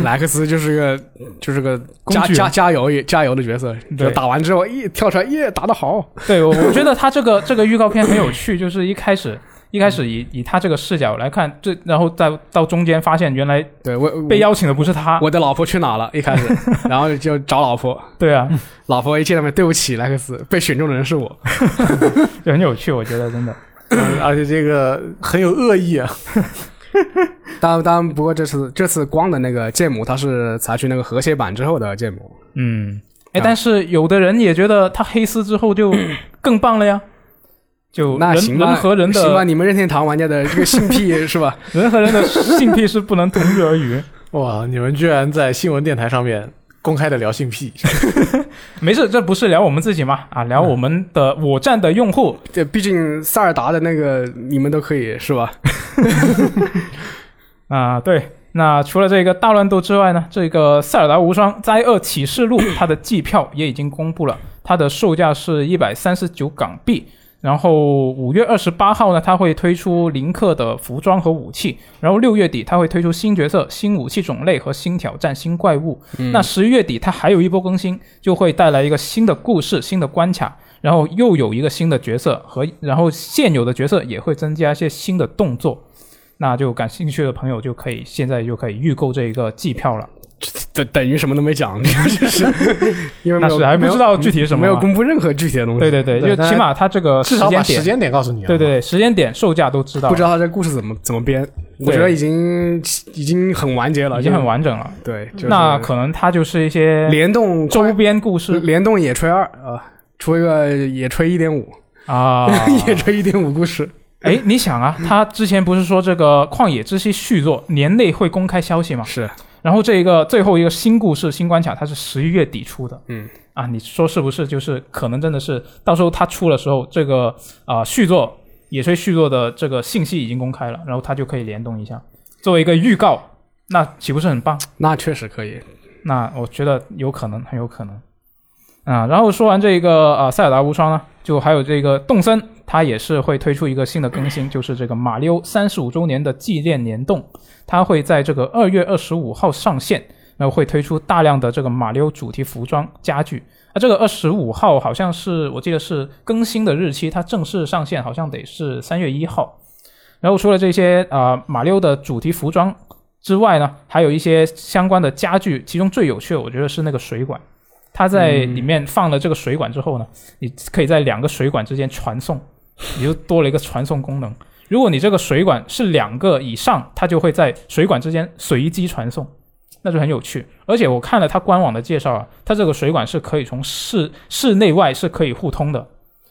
Speaker 2: 莱克斯就是个就是个
Speaker 1: 工
Speaker 2: 加
Speaker 1: 具人
Speaker 2: 加 [laughs] 加油也加油的角色，就
Speaker 1: 对
Speaker 2: 打完之后一跳出来，耶，打得好！
Speaker 1: 对我，我觉得他这个这个预告片很有趣，就是一开始一开始以以他这个视角来看，这然后再到中间发现原来
Speaker 2: 对我我
Speaker 1: 被邀请的不是他。
Speaker 2: 我的老婆去哪了？一开始，然后就找老婆，
Speaker 1: 对啊，
Speaker 2: 老婆一见到面，对不起，莱克斯，被选中的人是我。
Speaker 1: 就很有趣，我觉得真的。
Speaker 3: 而且这个很有恶意啊。
Speaker 2: 当当然，不过这次这次光的那个建模，它是采取那个和谐版之后的建模，
Speaker 1: 嗯，哎，
Speaker 2: 啊
Speaker 1: 但是有的人也觉得他黑丝之后
Speaker 2: [coughs]
Speaker 1: 就更棒了呀，就
Speaker 2: 那
Speaker 1: 人
Speaker 2: 行吧，
Speaker 1: 人和人
Speaker 2: 行吧，
Speaker 1: 的
Speaker 2: 你们任天堂玩家的这个性癖是 [laughs] 吧？
Speaker 1: 人和人的性癖是不能同日而
Speaker 2: [laughs]
Speaker 1: 语。
Speaker 3: 哇，你们居然在新闻电台上面公开的聊性癖，
Speaker 1: 没事，这不是聊我们自己吗？啊，聊我们的我站的用户。
Speaker 2: 对，毕竟塞尔达的那个你们都可以是吧？
Speaker 1: 啊，对。那除了这个大乱斗之外呢，这个《塞尔达无双：灾厄启示录》它的季票也已经公布了，它的售价是一百三十九港币。然后五月二十八号呢，它会推出林克的服装和武器。然后六月底，它会推出新角色、新武器种类和新挑战、新怪物。那十一月底，它还有一波更新，就会带来一个新的故事、新的关卡，然后又有一个新的角色和，然后现有的角色也会增加一些新的动作。那就感兴趣的朋友就可以现在就可以预购这个季票了。
Speaker 2: 等等于什么都没讲， [laughs] 就是因为没
Speaker 1: 那
Speaker 2: 有
Speaker 1: 是还不知道具体是什么
Speaker 2: 没有
Speaker 1: 嘛
Speaker 2: 公布任何具体的东西，
Speaker 1: 对对对，
Speaker 3: 对
Speaker 1: 就起码它这
Speaker 2: 啊
Speaker 1: 个时
Speaker 3: 至少把
Speaker 1: 间
Speaker 3: 时
Speaker 1: 点，
Speaker 3: 间点告诉你啊。
Speaker 1: 对对对，时间点、售价都知道
Speaker 2: 不
Speaker 1: 了，
Speaker 2: 知道他这故事怎么怎么编，我
Speaker 1: 对
Speaker 2: 觉得已经已经很完结了，
Speaker 1: 已经很
Speaker 2: 就
Speaker 1: 完整了。
Speaker 2: 对，就是
Speaker 1: 那可能它就是一些
Speaker 2: 联动快
Speaker 1: 周边故事
Speaker 2: 联动野炊二啊，出一个野炊一点五，
Speaker 1: 啊。
Speaker 2: [laughs] 野炊一点五故事，
Speaker 1: 哎，你想啊，他之前不是说这个《旷野之息》续作年内会公开消息吗？
Speaker 2: 是
Speaker 1: 然后这个最后一个新故事、新关卡，它是十一月底出的。
Speaker 2: 嗯，
Speaker 1: 啊，你说是不是？就是可能真的是到时候它出的时候，这个啊、续作野炊续作的这个信息已经公开了，然后它就可以联动一下，作为一个预告，那岂不是很棒？
Speaker 2: 那确实可以。
Speaker 1: 那我觉得有可能，很有可能。啊，然后说完这个呃塞尔达无双呢，就还有这个动森，它也是会推出一个新的更新，就是这个马里奥三十五周年的纪念联动，它会在这个二月二十五号上线，然后会推出大量的这个马里奥主题服装、家具。啊，这个二十五号好像是我记得是更新的日期，它正式上线好像得是三月一号。然后除了这些啊、呃、马里奥的主题服装之外呢，还有一些相关的家具，其中最有趣的我觉得是那个水管。它在里面放了这个水管之后呢，你可以在两个水管之间传送，你就多了一个传送功能。如果你这个水管是两个以上，它就会在水管之间随机传送，那就很有趣。而且我看了它官网的介绍啊，它这个水管是可以从室室内外是可以互通的，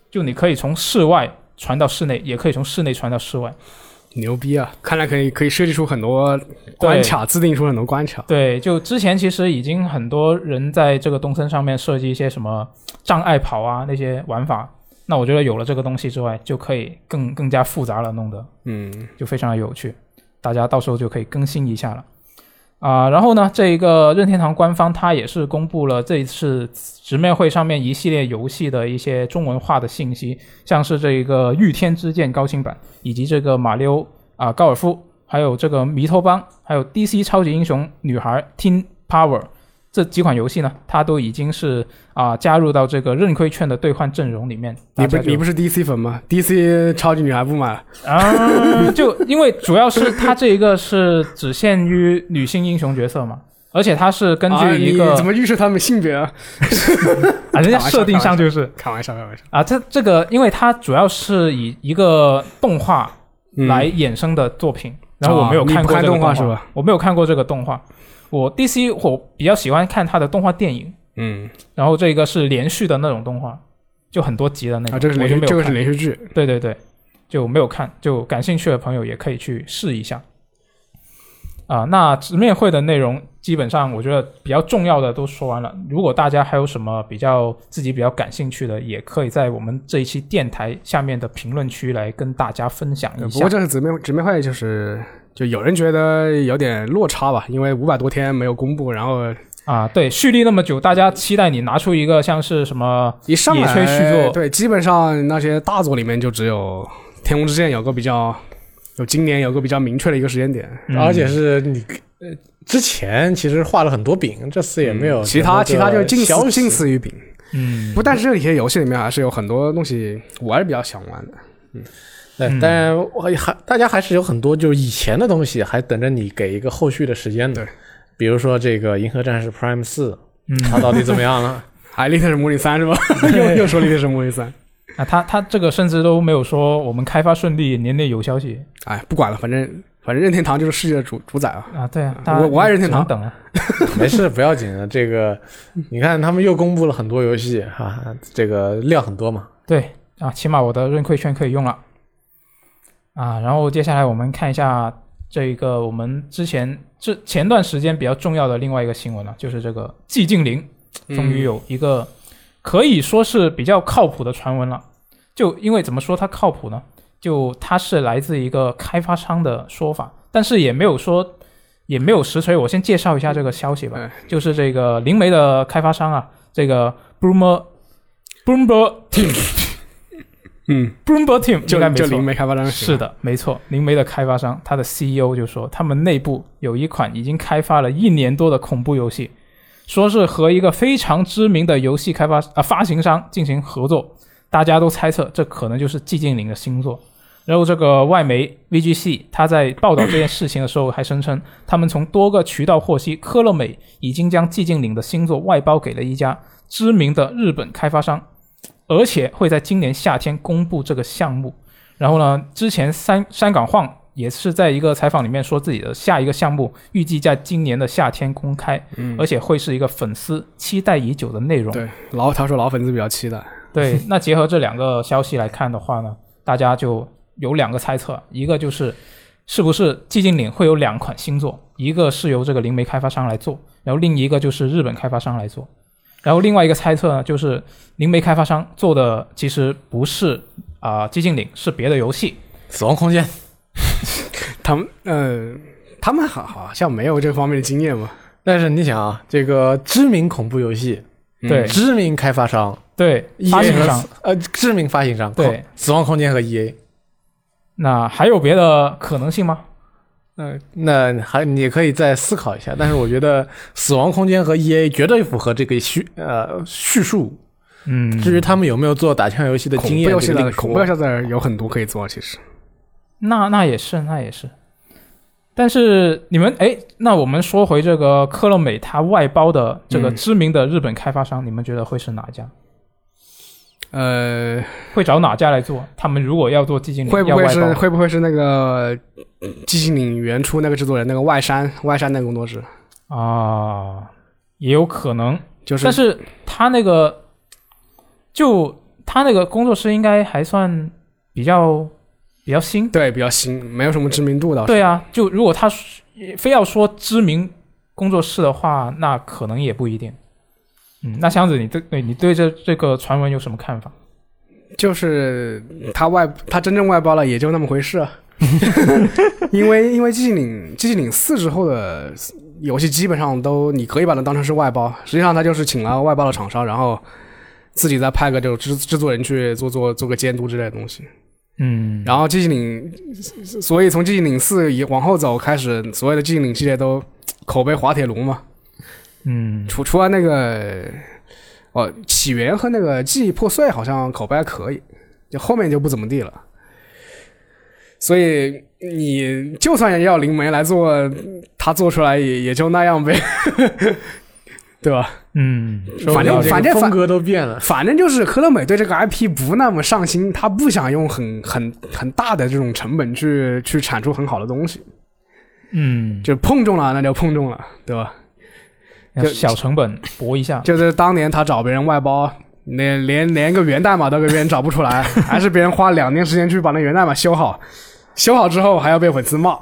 Speaker 1: 就你可以从室外传到室内，也可以从室内传到室外。
Speaker 2: 牛逼啊！看来可以可以设计出很多关卡，制定出很多关卡。
Speaker 1: 对，就之前其实已经很多人在这个东森上面设计一些什么障碍跑啊那些玩法，那我觉得有了这个东西之外，就可以更更加复杂了，弄得
Speaker 2: 嗯，
Speaker 1: 就非常的有趣，大家到时候就可以更新一下了。啊、然后呢，这一个任天堂官方它也是公布了这一次直面会上面一系列游戏的一些中文化的信息，像是这个《御天之剑》高清版，以及这个马里奥啊高尔夫，还有这个弥托邦，还有 DC 超级英雄女孩 Teen Power 这几款游戏呢，它都已经是啊、加入到这个任亏券的兑换阵容里面。
Speaker 2: 你不
Speaker 1: 大家就
Speaker 2: 你不是 DC 粉吗？DC 超级女孩不买了，
Speaker 1: 啊，就因为主要是它这一个是只限于女性英雄角色嘛，而且它是根
Speaker 2: 啊
Speaker 1: 据一
Speaker 2: 你
Speaker 1: 个
Speaker 2: 怎么预设他们性别啊？
Speaker 1: 啊，人家设定上就是
Speaker 2: 开玩笑，开玩笑。
Speaker 1: 啊，这这个因为它主要是以一个动画
Speaker 2: 嗯
Speaker 1: 来衍生的作品，然后我
Speaker 2: 啊
Speaker 1: 没有
Speaker 2: 你
Speaker 1: 看
Speaker 2: 不
Speaker 1: 过
Speaker 2: 看
Speaker 1: 这个
Speaker 2: 动画
Speaker 1: 画
Speaker 2: 是吧？
Speaker 1: 我没有看过这个动画，我 DC 我比较喜欢看它的动画电影，
Speaker 2: 嗯，
Speaker 1: 然后这个是连续的那种动画，就很多集的那种，
Speaker 2: 啊，这个是
Speaker 1: 我
Speaker 2: 连
Speaker 1: 就
Speaker 2: 续
Speaker 1: 没有
Speaker 2: 这个
Speaker 1: 看
Speaker 2: 是连续剧，
Speaker 1: 对对对，就没有看，就感兴趣的朋友也可以去试一下。啊、那直面会的内容基本上我觉得比较重要的都说完了。如果大家还有什么比较自己比较感兴趣的，也可以在我们这一期电台下面的评论区来跟大家分享一
Speaker 2: 呃不
Speaker 1: 下
Speaker 2: 过。这是直面直面会就是就有人觉得有点落差吧，因为五百多天没有公布，然后
Speaker 1: 啊，对，蓄力那么久，大家期待你拿出一个像是什么
Speaker 2: 一上
Speaker 1: 野炊续
Speaker 2: 来
Speaker 1: 作
Speaker 2: 对，基本上那些大作里面就只有《天空之剑》有个比较，有今年有个比较明确的一个时间点，
Speaker 1: 嗯
Speaker 3: 而且是你呃之前其实画了很多饼，这次也没
Speaker 1: 哦
Speaker 3: 有
Speaker 2: 其
Speaker 3: 什么
Speaker 2: 他
Speaker 3: 个
Speaker 2: 其他就近
Speaker 3: 消
Speaker 2: 似
Speaker 3: 息
Speaker 2: 近似于饼。
Speaker 1: 嗯，
Speaker 2: 不，但是这些游戏里面还是有很多东西我还是比较想玩的。
Speaker 3: 对
Speaker 1: 嗯，
Speaker 3: 但我还大家还是有很多就以前的东西还等着你给一个后续的时间的
Speaker 2: 对。
Speaker 3: 比如说这个《银河战士 Prime 四》，
Speaker 1: 嗯，
Speaker 3: 它到底怎么样了？ [laughs]
Speaker 2: 哎，《利特是模拟三》是吧？
Speaker 1: [laughs]
Speaker 2: 又又说《利特是模拟三》。
Speaker 1: 啊，他他这个甚至都没有说我们开发顺利，年内有消息
Speaker 2: 哎，不管了，反正反正任天堂就是世界的主主宰啊。
Speaker 1: 啊。对啊，
Speaker 2: 我
Speaker 1: 大家
Speaker 2: 我爱任天
Speaker 1: 只能
Speaker 2: 堂
Speaker 1: 等啊。
Speaker 3: 没事，不要紧的。啊这个你看，他们又公布了很多游戏哈、这个料很多嘛。
Speaker 1: 对啊，起码我的认亏券可以用了啊。然后接下来我们看一下这一个我们之前这前段时间比较重要的另外一个新闻了、就是这个寂静岭
Speaker 2: 嗯
Speaker 1: 终于有一个可以说是比较靠谱的传闻了。就因为怎么说它靠谱呢？就它是来自一个开发商的说法，但是也没有说也没有实锤。我先介绍一下这个消息吧，
Speaker 2: 哎
Speaker 1: 就是这个灵媒的开发商啊，这个 Bloomer Bloomberg [laughs] Team
Speaker 2: 嗯，
Speaker 1: Bloomberg Team 应该
Speaker 2: 就
Speaker 1: 没
Speaker 2: 就灵
Speaker 1: 错。
Speaker 2: 媒开发商
Speaker 1: 是的，没错，灵媒的开发商，他的 CEO 就说，他们内部有一款已经开发了一年多的恐怖游戏，说是和一个非常知名的游戏开发啊、发行商进行合作，大家都猜测这可能就是寂静岭的新作。然后这个外媒 VGC 他在报道这件事情的时候还声称，他们从多个渠道获悉，科乐美已经将寂静岭的新作外包给了一家知名的日本开发商，而且会在今年夏天公布这个项目。然后呢，之前三山岗晃也是在一个采访里面说自己的下一个项目预计在今年的夏天公开，
Speaker 2: 嗯
Speaker 1: 而且会是一个粉丝期待已久的内容。
Speaker 2: 对老他说老粉丝比较期待，
Speaker 1: 对，那结合这两个消息来看的话呢，大家就有两个猜测，一个就是是不是寂静岭会有两款新作，一个是由这个灵媒开发商来做，然后另一个就是日本开发商来做。然后另外一个猜测呢，就是灵媒开发商做的其实不是啊、寂静岭，是别的游戏。
Speaker 3: 死亡空间，
Speaker 2: 他们嗯、呃，他们好好像没有这方面的经验嘛。
Speaker 3: 但是你想啊，这个知名恐怖游戏，
Speaker 1: 对
Speaker 3: 知名开发商，
Speaker 1: 对，发
Speaker 3: EA
Speaker 1: 行
Speaker 3: 和
Speaker 1: 商。
Speaker 3: 呃，知名发行商，
Speaker 1: 对
Speaker 3: 恐，死亡空间和 E EA，
Speaker 1: 那还有别的可能性吗？
Speaker 3: 嗯、那还你可以再思考一下。但是我觉得死亡空间和 EA 绝对符合这个叙呃叙述。
Speaker 1: 嗯，
Speaker 3: 至于他们有没有做打枪游戏的
Speaker 2: 恐
Speaker 3: 经
Speaker 2: 怖
Speaker 3: 验，
Speaker 2: 游戏
Speaker 3: 这个
Speaker 2: 的
Speaker 3: 另说
Speaker 2: 恐怖游戏的有很多可以做，其实
Speaker 1: 那那也是，那也是。但是你们哎，那我们说回这个科乐美，它外包的这个
Speaker 2: 嗯
Speaker 1: 知名的日本开发商，你们觉得会是哪一家？
Speaker 2: 呃，
Speaker 1: 会找哪家来做？他们如果要做寂静岭，
Speaker 2: 会
Speaker 1: 嗯
Speaker 2: 不
Speaker 1: 要
Speaker 2: 会
Speaker 1: 外
Speaker 2: 是
Speaker 1: 包
Speaker 2: 会不会是那个寂静岭原初那个制作人那个外山外山那个工作室，
Speaker 1: 啊？也有可能，
Speaker 2: 就是
Speaker 1: 但是他那个就他那个工作室应该还算比较比较新。
Speaker 2: 对比较新，没有什么知名度倒是。
Speaker 1: 对啊，就如果他是非要说知名工作室的话，那可能也不一定。嗯，那箱子，你对对你对这这个传闻有什么看法？
Speaker 2: 就是他外他真正外包了，也就那么回事、啊。因为因为寂静岭寂静岭四之后的游戏基本上都你可以把它当成是外包，实际上他就是请了外包的厂商，然后自己再派个这种制制作人去做做做个监督之类的东西。
Speaker 1: 嗯，
Speaker 2: 然后寂静岭，所以从寂静岭四以往后走开始，所有的寂静岭系列都口碑滑铁卢嘛，
Speaker 1: 嗯
Speaker 2: 除除了那个哦起源和那个记忆破碎，好像口碑还可以，就后面就不怎么地了。所以你就算要灵媒来做，他做出来也也就那样呗， [laughs] 对吧？
Speaker 1: 嗯
Speaker 3: 不
Speaker 2: 反
Speaker 3: 定
Speaker 2: 正
Speaker 3: 这个
Speaker 2: 反正
Speaker 3: 风
Speaker 2: 反
Speaker 3: 格都变了。
Speaker 2: 反正就是科乐美对这个 IP 不那么上心，他不想用很很很大的这种成本去去产出很好的东西，
Speaker 1: 嗯，
Speaker 2: 就碰中了那就碰中了，对吧？
Speaker 1: 要
Speaker 2: 就
Speaker 1: 小成本搏一下。
Speaker 2: 就是当年他找别人外包，连连连个源代码都给别人找不出来， [laughs] 还是别人花两年时间去把那源代码修好，修好之后还要被粉丝骂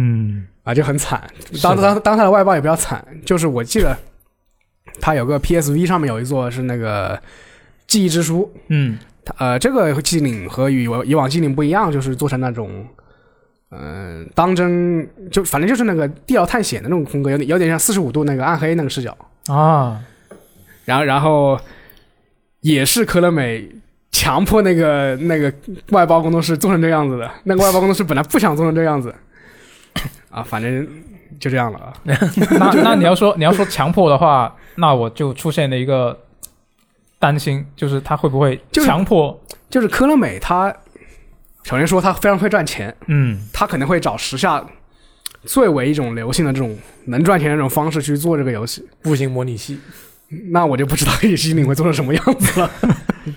Speaker 1: 嗯
Speaker 2: 啊，就很惨。
Speaker 1: 是
Speaker 2: 当
Speaker 1: 的
Speaker 2: 当当他的外包也比较惨，就是我记得他有个 PSV 上面有一座是那个记忆之书，
Speaker 1: 嗯
Speaker 2: 它呃，这个机灵和以往以往机灵不一样，就是做成那种。嗯、当真就反正就是那个地牢探险的那种风格，有点有点像四十五度那个暗黑那个视角，
Speaker 1: 啊，
Speaker 2: 然后然后也是科乐美强迫那个那个外包工作室做成这样子的，那个外包工作室本来不想做成这样子，啊，反正就这样了啊。
Speaker 1: 那 [laughs] 那你要说你要说强迫的话，那我就出现了一个担心，就是他会不会
Speaker 2: 就是
Speaker 1: 强迫？
Speaker 2: 就是科乐美他首先说他非常会赚钱，
Speaker 1: 嗯
Speaker 2: 他可能会找时下最为一种流行的这种能赚钱的这种方式去做这个游戏，
Speaker 3: 步行模拟器，
Speaker 2: 那我就不知道游戏里会做成什么样子了。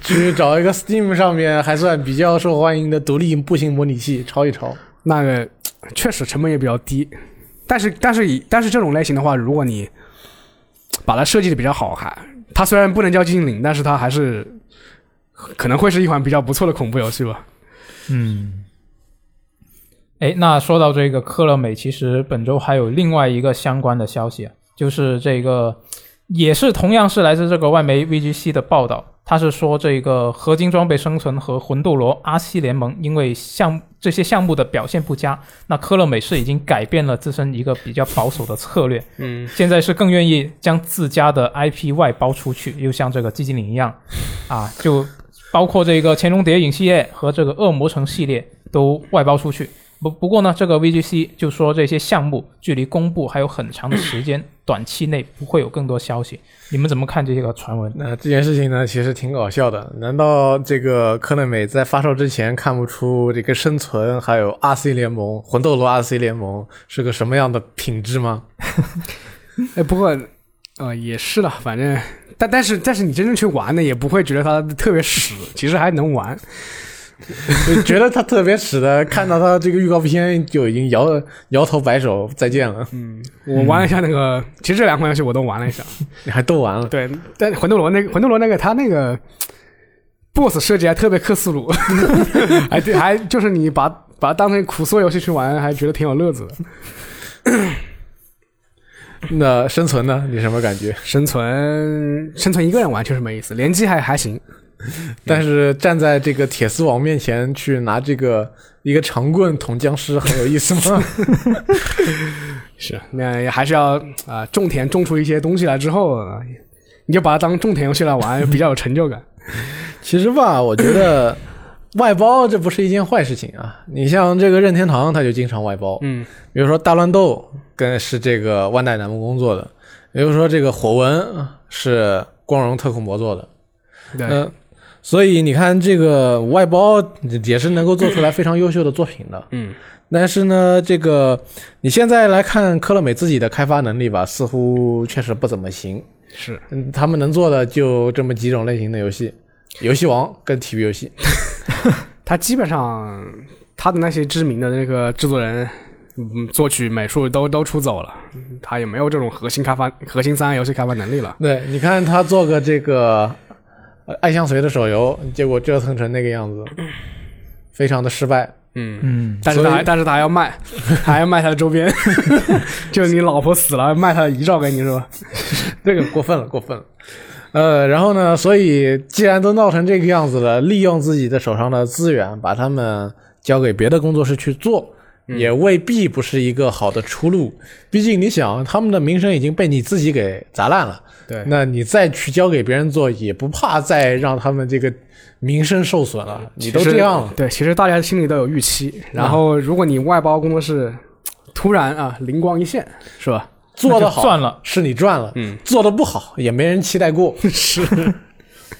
Speaker 3: 去找一个 Steam 上面还算比较受欢迎的独立步行模拟器抄一抄。
Speaker 2: 那个确实成本也比较低，但是但是以但是这种类型的话，如果你把它设计的比较好，还它虽然不能叫寂静岭，但是它还是可能会是一款比较不错的恐怖游戏吧。
Speaker 1: 嗯。哎，那说到这个科乐美，其实本周还有另外一个相关的消息啊，就是这个也是同样是来自这个外媒 VGC 的报道，它是说这个《合金装备生存》和《魂斗罗：阿西联盟》因为项这些项目的表现不佳，那科乐美是已经改变了自身一个比较保守的策略，
Speaker 2: 嗯，
Speaker 1: 现在是更愿意将自家的 IP 外包出去，又像这个寂静岭一样，啊，就包括这个《乾隆谍影》系列和这个《恶魔城》系列都外包出去。不不过呢，这个 VGC 就说这些项目距离公布还有很长的时间，短期内不会有更多消息。你们怎么看这个传闻？
Speaker 3: 那这件事情呢，其实挺搞笑的。难道这个科乐美在发售之前看不出这个生存还有 RC 联盟、魂斗罗 RC 联盟是个什么样的品质吗？ [laughs]
Speaker 2: 哎，不过呃也是了，反正但但是但是你真正去玩呢，也不会觉得它特别屎，其实还能玩。
Speaker 3: 就觉得它特别屎的，看到它这个预告片就已经摇摇头摆手再见了。
Speaker 2: 我玩了一下那个，其实这两款游戏我都玩了一下。
Speaker 3: 你还都玩了？
Speaker 2: [laughs] 对，但魂斗罗那个魂斗罗那个他那个 boss 设计还特别克苏鲁， [laughs] 还对，还就是你把把它当成苦涩游戏去玩，还觉得挺有乐子的。
Speaker 3: 那生存呢？你什么感觉？
Speaker 2: 生存生存一个人玩确实没意思，联机还还行，
Speaker 3: 但是站在这个铁丝网面前去拿这个一个长棍捅僵尸，很有意思吗？
Speaker 2: 是，那也还是要啊、呃种田种出一些东西来之后，呃你就把它当种田游戏来玩，比较有成就感。
Speaker 3: 其实吧，我觉
Speaker 2: [coughs]
Speaker 3: 得外包这不是一件坏事情啊。你像这个任天堂，它就经常外包，
Speaker 2: 嗯，
Speaker 3: 比如说大乱斗跟是这个万代南梦宫做的，比如说这个火纹是光荣特库摩做的，
Speaker 2: 对，
Speaker 3: 嗯、所以你看这个外包也是能够做出来非常优秀的作品的。
Speaker 2: [coughs] 嗯，
Speaker 3: 但是呢，这个你现在来看科乐美自己的开发能力吧，似乎确实不怎么行。
Speaker 2: 是，
Speaker 3: 嗯，他们能做的就这么几种类型的游戏，游戏王跟体育游戏。
Speaker 2: 他基本上他的那些知名的那个制作人，嗯，作曲、美术都都出走了，嗯他也没有这种核心开发、核心三 A 游戏开发能力了。
Speaker 3: 对，你看他做个这个呃爱相随的手游，结果折腾成那个样子，非常的失败。
Speaker 2: 嗯，
Speaker 1: 嗯，
Speaker 2: 但是他
Speaker 3: 所以
Speaker 2: 还但是他还要
Speaker 3: [laughs]
Speaker 2: 卖，还要卖他的周边， [laughs] 就你老婆死了卖他的遗照给你是吧？
Speaker 3: 这个过分了，过分了。呃，然后呢，所以既然都闹成这个样子了，利用自己的手上的资源，把他们交给别的工作室去做，也未必不是一个好的出路。毕竟你想，他们的名声已经被你自己给砸烂了，
Speaker 2: 对
Speaker 3: 那你再去交给别人做，也不怕再让他们这个名声受损了。你都
Speaker 2: 其实
Speaker 3: 这样了，嗯
Speaker 2: 对，其实大家心里都有预期。然后，如果你外包工作室突然啊灵光一现，是吧？
Speaker 3: 做
Speaker 1: 那
Speaker 3: 得
Speaker 1: 就
Speaker 3: 好
Speaker 1: 算了。
Speaker 3: 是你赚了，
Speaker 2: 嗯，
Speaker 3: 做得不好也没人期待过，
Speaker 2: 是，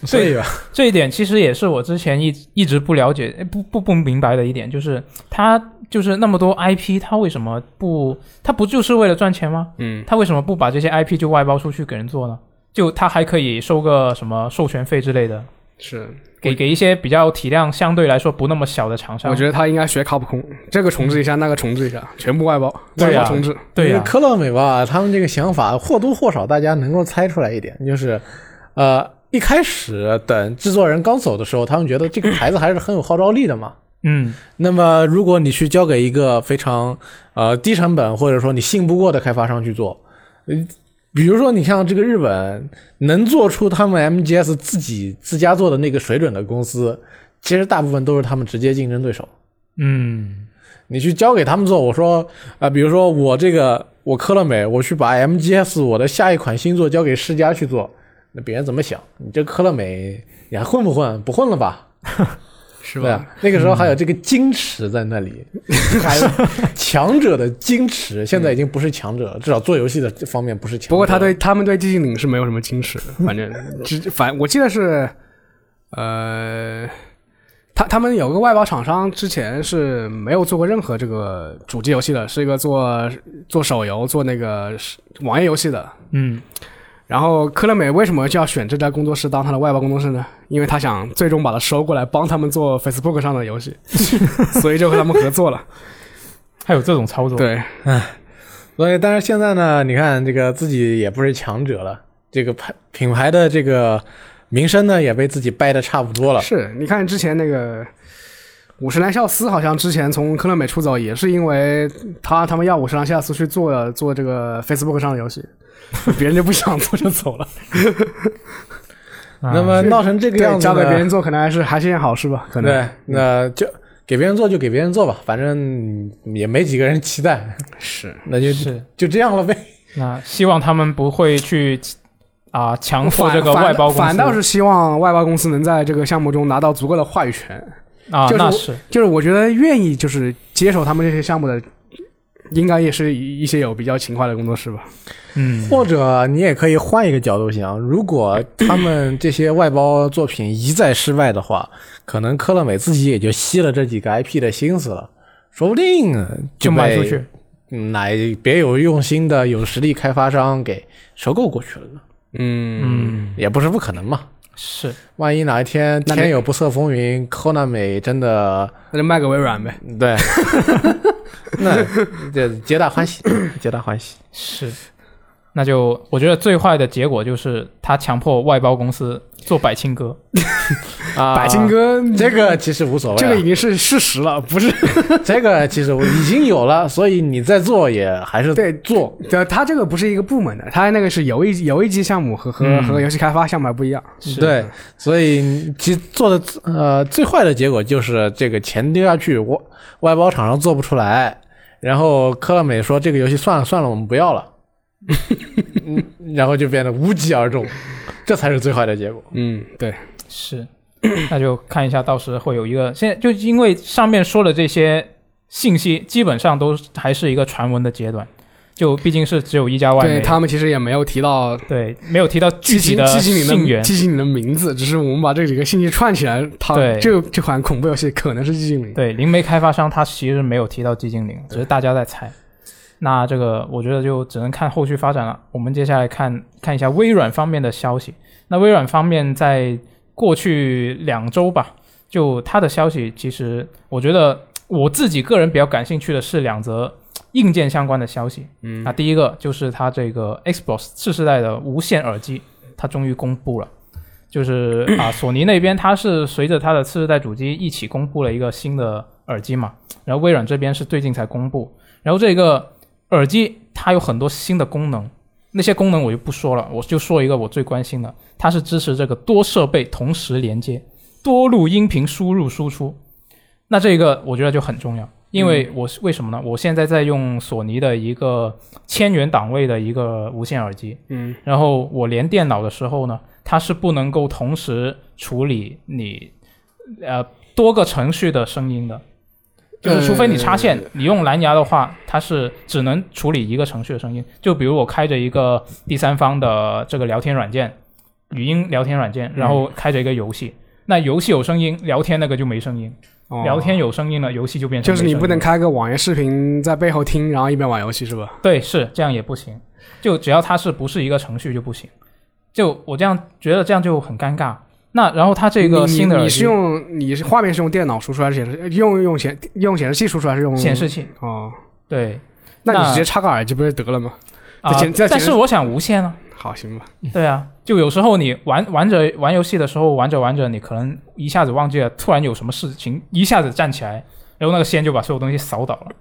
Speaker 3: 所以吧，
Speaker 1: 这一点其实也是我之前一一直不了解、不不不明白的一点，就是他就是那么多 IP，他为什么不？他不就是为了赚钱吗？
Speaker 2: 嗯，
Speaker 1: 他为什么不把这些 IP 就外包出去给人做呢？就他还可以收个什么授权费之类的，
Speaker 2: 是。
Speaker 1: 给给一些比较体量相对来说不那么小的厂商。
Speaker 2: 我觉得他应该学卡普空，这个重置一下，那个重置一下，全部外包，外
Speaker 1: 对
Speaker 2: 包
Speaker 1: 啊
Speaker 2: 重置。
Speaker 1: 对呀、
Speaker 3: 科乐美吧，他们这个想法或多或少大家能够猜出来一点，就是，呃，一开始等制作人刚走的时候，他们觉得这个牌子还是很有号召力的嘛。
Speaker 1: 嗯，
Speaker 3: 那么如果你去交给一个非常呃低成本或者说你信不过的开发商去做，呃，比如说你像这个日本能做出他们 MGS 自己自家做的那个水准的公司，其实大部分都是他们直接竞争对手。
Speaker 1: 嗯，
Speaker 3: 你去交给他们做，我说啊、比如说我这个我科乐美，我去把 MGS 我的下一款新作交给世嘉去做，那别人怎么想？你这科乐美你还混不混？不混了吧？
Speaker 2: 是
Speaker 3: 对啊？那个时候还有这个矜持在那
Speaker 2: [laughs]
Speaker 3: 里，还有强者的矜持，现在已经不是强者了，至少做游戏的这方面不是强者。
Speaker 2: 不过他对他们对寂静岭是没有什么矜持的，反正只反我记得是，呃，他他们有个外包厂商之前是没有做过任何这个主机游戏的，是一个做做手游、做那个网页游戏的。
Speaker 1: 嗯，
Speaker 2: 然后科乐美为什么就要选这家工作室当他的外包工作室呢？因为他想最终把它收过来，帮他们做 Facebook 上的游戏， [laughs] 所以就和他们合作了。
Speaker 1: 还有这种操作。，
Speaker 2: 对，
Speaker 3: 所以，但是现在呢，你看这个自己也不是强者了，这个牌品牌的这个名声呢也被自己掰的差不多了。
Speaker 2: 是你看之前那个五十岚孝司，好像之前从科乐美出走，也是因为他他们要五十岚孝司去做做这个 Facebook 上的游戏，别人就不想做就走了。
Speaker 3: 那么闹成这个
Speaker 2: 啊
Speaker 3: 样
Speaker 2: 对，
Speaker 3: 子呢，
Speaker 2: 交给别人做可能还是还是件好事吧，可能
Speaker 3: 对，那就给别人做就给别人做吧，反正也没几个人期待，
Speaker 2: 是
Speaker 3: 那就是就这样了呗。
Speaker 1: 那希望他们不会去啊、强迫
Speaker 2: 反
Speaker 1: 这个
Speaker 2: 反
Speaker 1: 外包公司。
Speaker 2: 反倒是希望外包公司能在这个项目中拿到足够的话语权。
Speaker 1: 啊，
Speaker 2: 就是
Speaker 1: 那
Speaker 2: 我
Speaker 1: 是
Speaker 2: 就是我觉得愿意就是接手他们这些项目的，应该也是一一些有比较勤快的工作室吧。
Speaker 1: 嗯，
Speaker 3: 或者你也可以换一个角度想，如果他们这些外包作品一再失败的话，可能科乐美自己也就吸了这几个 IP 的心思了，说不定
Speaker 1: 就
Speaker 3: 被
Speaker 1: 卖出去。
Speaker 3: 嗯哪别有用心的有实力开发商给收购过去了呢，
Speaker 2: 嗯，
Speaker 3: 也不是不可能嘛。
Speaker 1: 是，
Speaker 3: 万一哪一天
Speaker 2: 那你
Speaker 3: 天有不测风云，科乐美真的
Speaker 2: 那就卖给微软呗。
Speaker 3: [laughs] 对，那这皆大欢喜，皆大欢喜。
Speaker 1: 是，那就我觉得最坏的结果就是他强迫外包公司做百庆哥，
Speaker 3: 啊，
Speaker 2: 百金哥
Speaker 3: 这个其实无所谓啊，
Speaker 2: 这个已经是事实了，不是？
Speaker 3: 这个其实我已经有了，所以你再做也还
Speaker 1: 呃
Speaker 3: 是
Speaker 2: 对
Speaker 3: 做。
Speaker 2: 对，他这个不是一个部门的，他那个是游戏游戏机项目和和、
Speaker 1: 嗯
Speaker 2: 和游戏开发项目还不一样。
Speaker 1: 是
Speaker 3: 对，所以其实做的呃最坏的结果就是这个钱丢下去，外外包厂商做不出来，然后科乐美说这个游戏算了算了，我们不要了，嗯，然后就变得无疾而终，这才是最坏的结果。
Speaker 2: 嗯，对，
Speaker 1: 是，那就看一下到时会有一个，现在就因为上面说的这些信息，基本上都还是一个传闻的阶段，就毕竟是只有一家外媒，
Speaker 2: 对他们其实也没有提到
Speaker 1: 对没有提到具体
Speaker 2: 记清
Speaker 1: 的
Speaker 2: 记清你
Speaker 1: 信
Speaker 2: 的
Speaker 1: 源，
Speaker 2: 记清你的名字，只是我们把这几个信息串起来，它
Speaker 1: 对
Speaker 2: 这这款恐怖游戏可能是寂静岭。
Speaker 1: 对灵媒开发商他其实没有提到寂静岭，只是大家在猜。那这个我觉得就只能看后续发展了。我们接下来看看一下微软方面的消息。那微软方面在过去两周吧，就它的消息，其实我觉得我自己个人比较感兴趣的是两则硬件相关的消息。
Speaker 2: 嗯
Speaker 1: 那第一个就是它这个 Xbox 次世代的无线耳机，它终于公布了。就是啊，索尼那边它是随着它的次世代主机一起公布了一个新的耳机嘛，然后微软这边是最近才公布，然后这个耳机它有很多新的功能，那些功能我就不说了，我就说一个我最关心的，它是支持这个多设备同时连接、多路音频输入输出，那这个我觉得就很重要，因为我是为什么呢？我现在在用索尼的一个千元档位的一个无线耳机，
Speaker 2: 嗯
Speaker 1: 然后我连电脑的时候呢，它是不能够同时处理你呃多个程序的声音的，就是除非你插
Speaker 2: 呃
Speaker 1: 线，你用蓝牙的话，它是只能处理一个程序的声音。就比如我开着一个第三方的这个聊天软件，语音聊天软
Speaker 2: 嗯
Speaker 1: 件，然后开着一个游戏。那游戏有声音，聊天那个就没声音；
Speaker 2: 哦
Speaker 1: 聊天有声音了，游戏就变成
Speaker 2: 就是你
Speaker 1: 没声音
Speaker 2: 不能
Speaker 1: 了
Speaker 2: 开个网页视频在背后听，然后一边玩游戏是吧？
Speaker 1: 对，是这样也不行，就只要它是不是一个程序就不行。就我这样觉得这样就很尴尬。那然后它这个
Speaker 2: 你
Speaker 1: 新的
Speaker 2: 你
Speaker 1: 耳
Speaker 2: 你
Speaker 1: 机
Speaker 2: 是用你是画面是用电脑输出还是显示用用显用显示器输出还是用
Speaker 1: 显示器，
Speaker 2: 哦？
Speaker 1: 对
Speaker 2: 那你
Speaker 1: 那
Speaker 2: 直接插个耳机不是得了吗？
Speaker 1: 啊、
Speaker 2: 这显这显
Speaker 1: 但
Speaker 2: 示
Speaker 1: 是我想无线
Speaker 2: [laughs]
Speaker 1: 啊，
Speaker 2: 好，行吧，
Speaker 1: 对啊，就有时候你玩玩着玩游戏的时候，玩着玩着你可能一下子忘记了，突然有什么事情一下子站起来，然后那个线就把所有东西扫倒了，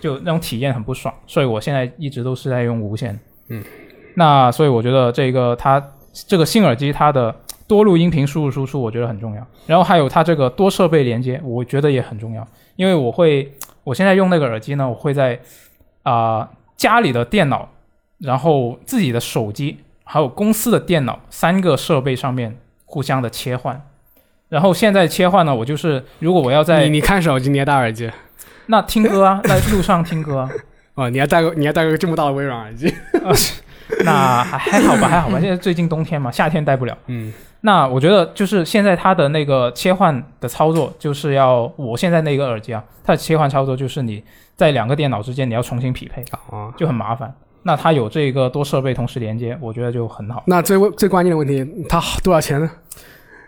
Speaker 1: 就那种体验很不爽。所以我现在一直都是在用无线。
Speaker 2: 嗯，
Speaker 1: 那所以我觉得这个它这个新耳机它的多路音频输入输出我觉得很重要，然后还有它这个多设备连接，我觉得也很重要，因为我会我现在用那个耳机呢，我会在啊、家里的电脑，然后自己的手机，还有公司的电脑三个设备上面互相的切换。然后现在切换呢，我就是如果我要
Speaker 2: 你
Speaker 1: 在
Speaker 2: 你看手机，你也戴耳机
Speaker 1: 那听歌啊， [laughs] 在路上听歌啊，
Speaker 2: 哦，你还戴个你还戴个这么大的微软耳机，
Speaker 1: 那还还好吧，还好吧。现在最近冬天嘛，夏天戴不了。
Speaker 2: 嗯，
Speaker 1: 那我觉得就是现在它的那个切换的操作，就是要我现在那个耳机啊，它的切换操作就是你在两个电脑之间你要重新匹配，
Speaker 2: 哦，
Speaker 1: 就很麻烦。那它有这个多设备同时连接，我觉得就很好。
Speaker 2: [laughs] 那最最关键的问题，它多少钱呢？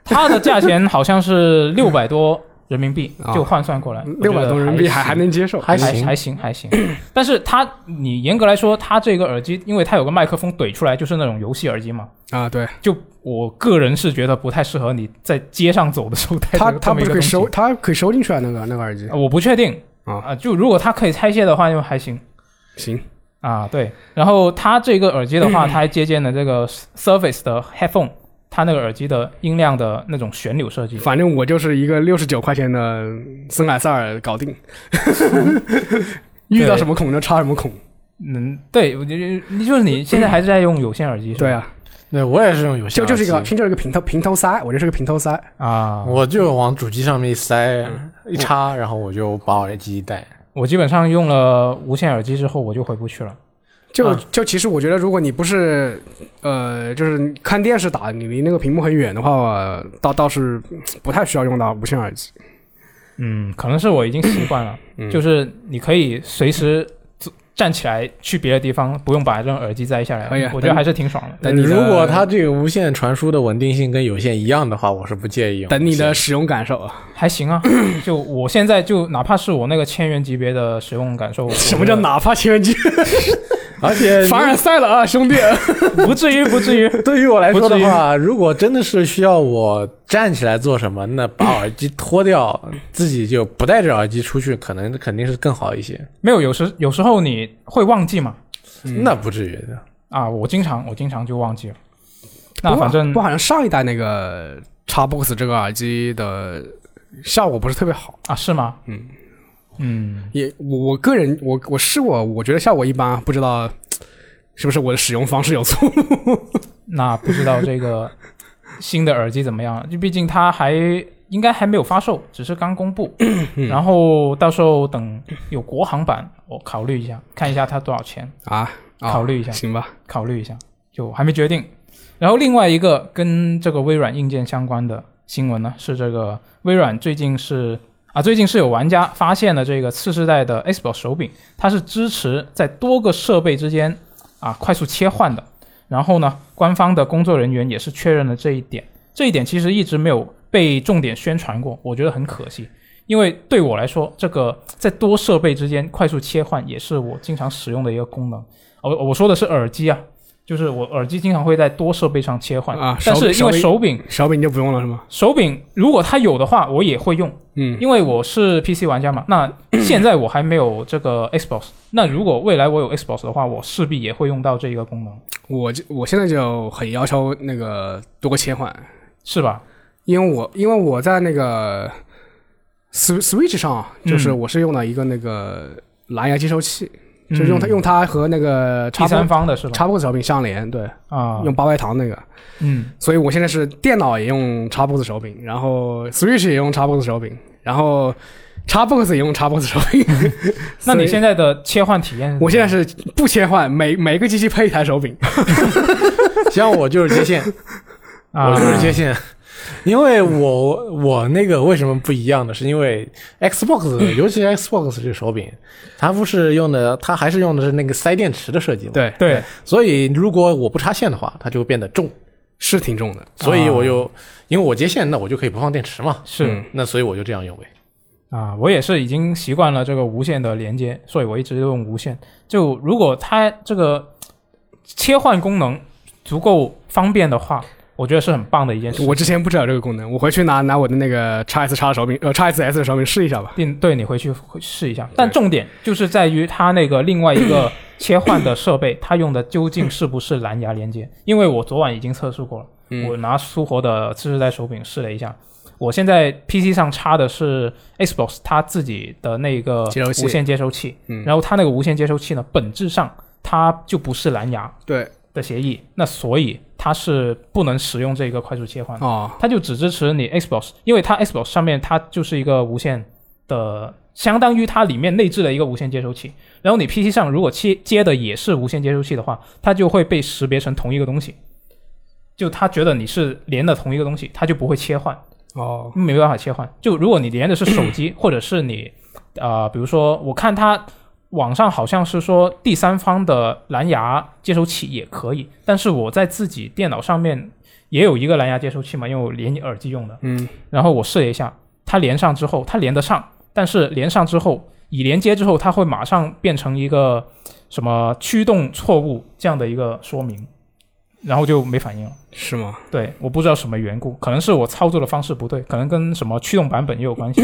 Speaker 1: 它的价钱好像是六百多人民币
Speaker 2: 啊，
Speaker 1: 就换算过来，
Speaker 2: 六百多人民币还
Speaker 1: 还
Speaker 2: 还能接受，
Speaker 3: 还
Speaker 1: 还
Speaker 3: 行
Speaker 1: 还行还行。 [clears throat] 但是它，你严格来说，它这个耳机，因为它有个麦克风怼出来，就是那种游戏耳机嘛。
Speaker 2: 啊，对，
Speaker 1: 就我个人是觉得不太适合你在街上走的时候戴
Speaker 2: 它
Speaker 1: 着
Speaker 2: 它
Speaker 1: 这么
Speaker 2: 不
Speaker 1: 一
Speaker 2: 是
Speaker 1: 个
Speaker 2: 可以
Speaker 1: 东西
Speaker 2: 收，它可以收进去啊，那个那个耳机
Speaker 1: 呃我不确定
Speaker 2: 啊
Speaker 1: 啊，就如果它可以拆卸的话，就还行。
Speaker 2: 行，
Speaker 1: 啊，对。然后它这个耳机的
Speaker 2: [clears throat]
Speaker 1: 话，它还借鉴了这个 Surface 的 headphone，它那个耳机的音量的那种旋钮设计。
Speaker 2: 反正我就是一个六十九块钱的森海塞尔搞
Speaker 1: [laughs]
Speaker 2: 定，遇到什么孔就插什么孔，
Speaker 1: 嗯，对，我觉得你就是你现在还是在用有线耳机是吧？
Speaker 2: 对啊，
Speaker 3: 对我也是用有
Speaker 2: 就
Speaker 3: 线耳机，
Speaker 2: 就是一个拼就是一个平头平头塞，我就是个平头塞，
Speaker 1: 啊，
Speaker 3: 我就往主机上面一塞一插，然后我就把耳机一戴。
Speaker 1: 我基本上用了无线耳机之后，我就回不去了。
Speaker 2: 就
Speaker 3: 啊
Speaker 2: 就其实我觉得，如果你不是呃，就是看电视打，你离那个屏幕很远的话，倒倒是不太需要用到无线耳机。
Speaker 1: 嗯，可能是我已经习惯了，
Speaker 2: 嗯
Speaker 1: 就是你可以随时走站起来去别的地方，不用把这种耳机摘下来。
Speaker 2: 可以啊
Speaker 1: 我觉得还是挺爽的。
Speaker 2: 等你的
Speaker 3: 如果它这个无线传输的稳定性跟有线一样的话，我是不介意用无线。
Speaker 2: 等你的使用感受
Speaker 1: [laughs]
Speaker 2: 啊，
Speaker 1: 还行
Speaker 2: [coughs]
Speaker 1: 啊，就我现在就哪怕是我那个千元级别的使用感受，我觉得
Speaker 2: 什么叫哪怕千元机？
Speaker 3: 而 [laughs] 且
Speaker 2: [laughs] 凡尔赛了啊，
Speaker 1: [laughs]
Speaker 2: 兄弟！
Speaker 1: 不至于，不至于。
Speaker 3: 对于我来说的
Speaker 1: 不
Speaker 3: 话，如果真的是需要我站起来做什么，那把耳机脱掉，自己就不戴着耳机出去，可能肯定是更好一些。
Speaker 1: 没有，有时有时候你会忘记嘛？
Speaker 3: 那不至于的。
Speaker 1: 啊，我经常我经常就忘记了。那反正
Speaker 2: 不过好像上一代那个 Xbox 这个耳机的效果不是特别好，
Speaker 1: 啊，是吗？
Speaker 2: 嗯
Speaker 1: 嗯，
Speaker 2: 也我我个人我我试过，我觉得效果一般，不知道是不是我的使用方式有错误。 [laughs]
Speaker 1: 那不知道这个新的耳机怎么样？就毕竟它还应该还没有发售，只是刚公布。然后到时候等有国行版，我考虑一下，看一下它多少钱，
Speaker 2: 啊，啊
Speaker 1: 考虑一下
Speaker 2: 行吧。
Speaker 1: 考虑一下，就还没决定。然后另外一个跟这个微软硬件相关的新闻呢，是这个微软最近是啊，最近是有玩家发现了这个次世代的 Xbox 手柄，它是支持在多个设备之间啊快速切换的。然后呢，官方的工作人员也是确认了这一点，这一点其实一直没有被重点宣传过，我觉得很可惜。因为对我来说，这个在多设备之间快速切换也是我经常使用的一个功能。哦，我说的是耳机啊，就是我耳机经常会在多设备上切换
Speaker 2: 啊
Speaker 1: 但是因
Speaker 2: 手
Speaker 1: 为手柄
Speaker 2: 小饼就不用了是吗？
Speaker 1: 手柄如果它有的话，我也会用，
Speaker 2: 嗯，
Speaker 1: 因为我是 PC 玩家嘛。
Speaker 2: [clears throat]
Speaker 1: 那现在我还没有这个 Xbox，那如果未来我有 Xbox 的话，我势必也会用到这一个功能，
Speaker 2: 我就我现在就很要求那个多个切换，
Speaker 1: 是吧？
Speaker 2: 因为我因为我在那个 Swi- Switch 上啊，
Speaker 1: 嗯
Speaker 2: 就是我是用了一个那个蓝牙接收器，
Speaker 1: 嗯
Speaker 2: 就是用它用它和那个
Speaker 1: 第
Speaker 2: 叉
Speaker 1: 三
Speaker 2: box
Speaker 1: 方的是吧？
Speaker 2: 叉 box 小柄相连，对，
Speaker 1: 啊，
Speaker 2: 用八外堂那个，
Speaker 1: 嗯，
Speaker 2: 所以我现在是电脑也用叉 box 手柄，然后 Switch 也用叉 box 手柄，然后叉 box 也用叉 box 手柄。
Speaker 1: 那你
Speaker 2: 所以
Speaker 1: 现在的切换体验，
Speaker 2: 我现在是不切换，每每个机器配一台手柄。
Speaker 3: 像我就是接线，
Speaker 1: 啊
Speaker 3: [laughs] 我就是接线， [laughs] 因为我我那个为什么不一样呢？是因为 [laughs] Xbox，尤其是 Xbox 这个手柄，它不是用的，它还是用的是那个塞电池的设计嘛。，
Speaker 2: 对，
Speaker 1: 对，
Speaker 3: 所以如果我不插线的话，它就会变得重。
Speaker 2: 是挺重的。
Speaker 3: 所以我就、因为我接线，那我就可以不放电池嘛。
Speaker 1: 是、
Speaker 2: 嗯
Speaker 3: 那所以我就这样用呗。
Speaker 1: 啊，我也是已经习惯了这个无线的连接，所以我一直都用无线。就如果它这个切换功能足够方便的话，我觉得是很棒的一件事。
Speaker 2: 我之前不知道有这个功能，我回去拿拿我的那个 x S 叉手柄，呃 x SS 的手柄试一下吧。
Speaker 1: 并对你回去会试一下。但重点就是在于它那个另外一
Speaker 2: [coughs]
Speaker 1: 个切换的设备，它用的究竟是不是蓝牙连接？因为我昨晚已经测试过了，
Speaker 2: 嗯
Speaker 1: 我拿苏活的次世代手柄试了一下。我现在 PC 上插的是 Xbox 它自己的那个
Speaker 2: 接收器
Speaker 1: 无线接收器，
Speaker 2: 嗯
Speaker 1: 然后它那个无线接收器呢，本质上它就不是蓝牙
Speaker 2: 对，
Speaker 1: 的协议，那所以它是不能使用这个快速切换的。
Speaker 2: 哦，
Speaker 1: 它就只支持你 Xbox，因为它 Xbox 上面它就是一个无线的，相当于它里面内置了一个无线接收器。然后你 PC 上如果接接的也是无线接收器的话，它就会被识别成同一个东西，就它觉得你是连的同一个东西，它就不会切换，
Speaker 2: 哦，
Speaker 1: 没办法切换。就如果你连的是手机，或者是你啊、呃比如说我看它。网上好像是说第三方的蓝牙接收器也可以，但是我在自己电脑上面也有一个蓝牙接收器嘛，因为我连耳机用的，
Speaker 2: 嗯，
Speaker 1: 然后我试了一下，它连上之后，它连得上，但是连上之后，已连接之后，它会马上变成一个什么驱动错误这样的一个说明，然后就没反应了。
Speaker 2: 是吗？
Speaker 1: 对，我不知道什么缘故，可能是我操作的方式不对，可能跟什么驱动版本也有关
Speaker 2: [coughs]
Speaker 1: 系。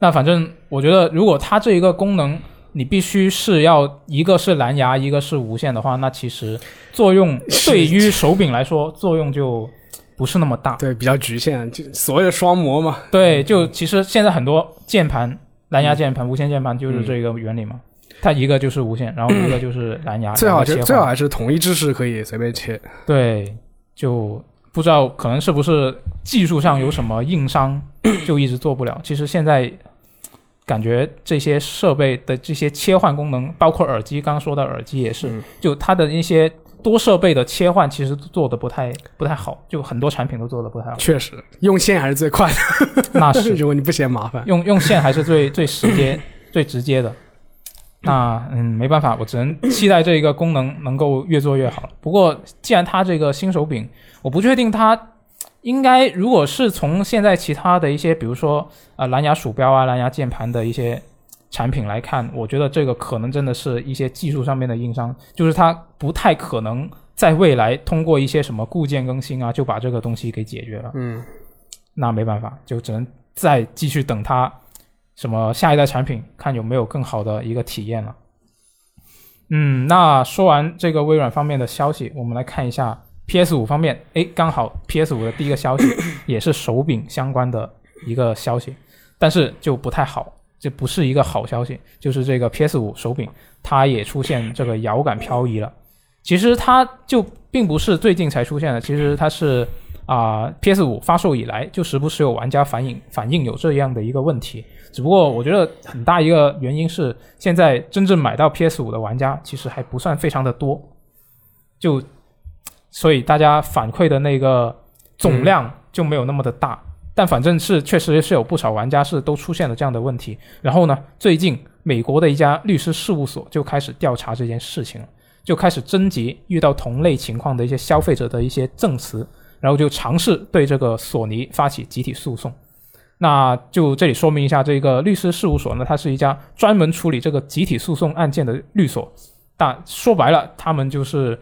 Speaker 1: 那反正我觉得，如果它这一个功能，你必须是要一个是蓝牙，一个是无线的话，那其实作用对于手柄来说作用就不是那么大。
Speaker 2: 对，比较局限，就所谓的双模嘛。
Speaker 1: 对，就其实现在很多键盘，蓝牙键盘、无线键盘就是这
Speaker 2: 嗯
Speaker 1: 个原理嘛。它一个就是无线，然后一个就是蓝
Speaker 2: [coughs]
Speaker 1: 牙，
Speaker 2: 最好就
Speaker 1: 啊然后切换
Speaker 2: 最好还是统一制式可以随便切。
Speaker 1: 对，就不知道可能是不是技术上有什么硬伤，就一直做不了。其实现在感觉这些设备的这些切换功能，包括耳机，刚刚说的耳机也是，
Speaker 2: 嗯。
Speaker 1: 就它的一些多设备的切换，其实做的不太不太好，就很多产品都做的不太好
Speaker 2: [laughs] 确实，用线还是最快的。 [laughs]
Speaker 1: 那是
Speaker 2: 如果你不嫌麻烦，
Speaker 1: 用用线还是最 [coughs] 最直接、最直接的。那嗯，没办法，我只能期待这个功能能够越做越好。不过，既然它这个新手柄，我不确定它应该，如果是从现在其他的一些，比如说啊、呃蓝牙鼠标啊、蓝牙键盘的一些产品来看，我觉得这个可能真的是一些技术上面的硬伤，就是它不太可能在未来通过一些什么固件更新啊，就把这个东西给解决了。
Speaker 2: 嗯，
Speaker 1: 那没办法，就只能再继续等它什么下一代产品，看有没有更好的一个体验了。嗯，那说完这个微软方面的消息，我们来看一下 PS 五方面。诶，刚好 PS 五的第一个消息也是手柄相关的一个消息，但是就不太好，这不是一个好消息，就是这个 PS 五手柄它也出现这个摇杆漂移了。其实它就并不是最近才出现的，其实它是啊、PS 五发售以来就时不时有玩家反映反映有这样的一个问题。只不过我觉得很大一个原因是，现在真正买到 PS 五的玩家其实还不算非常的多，就所以大家反馈的那个总量就没有那么的大。但反正是确实是有不少玩家是都出现了这样的问题。然后呢，最近美国的一家律师事务所就开始调查这件事情了，就开始征集遇到同类情况的一些消费者的一些证词，然后就尝试对这个索尼发起集体诉讼。那就这里说明一下，这个律师事务所呢，它是一家专门处理这个集体诉讼案件的律所。但说白了，他们就是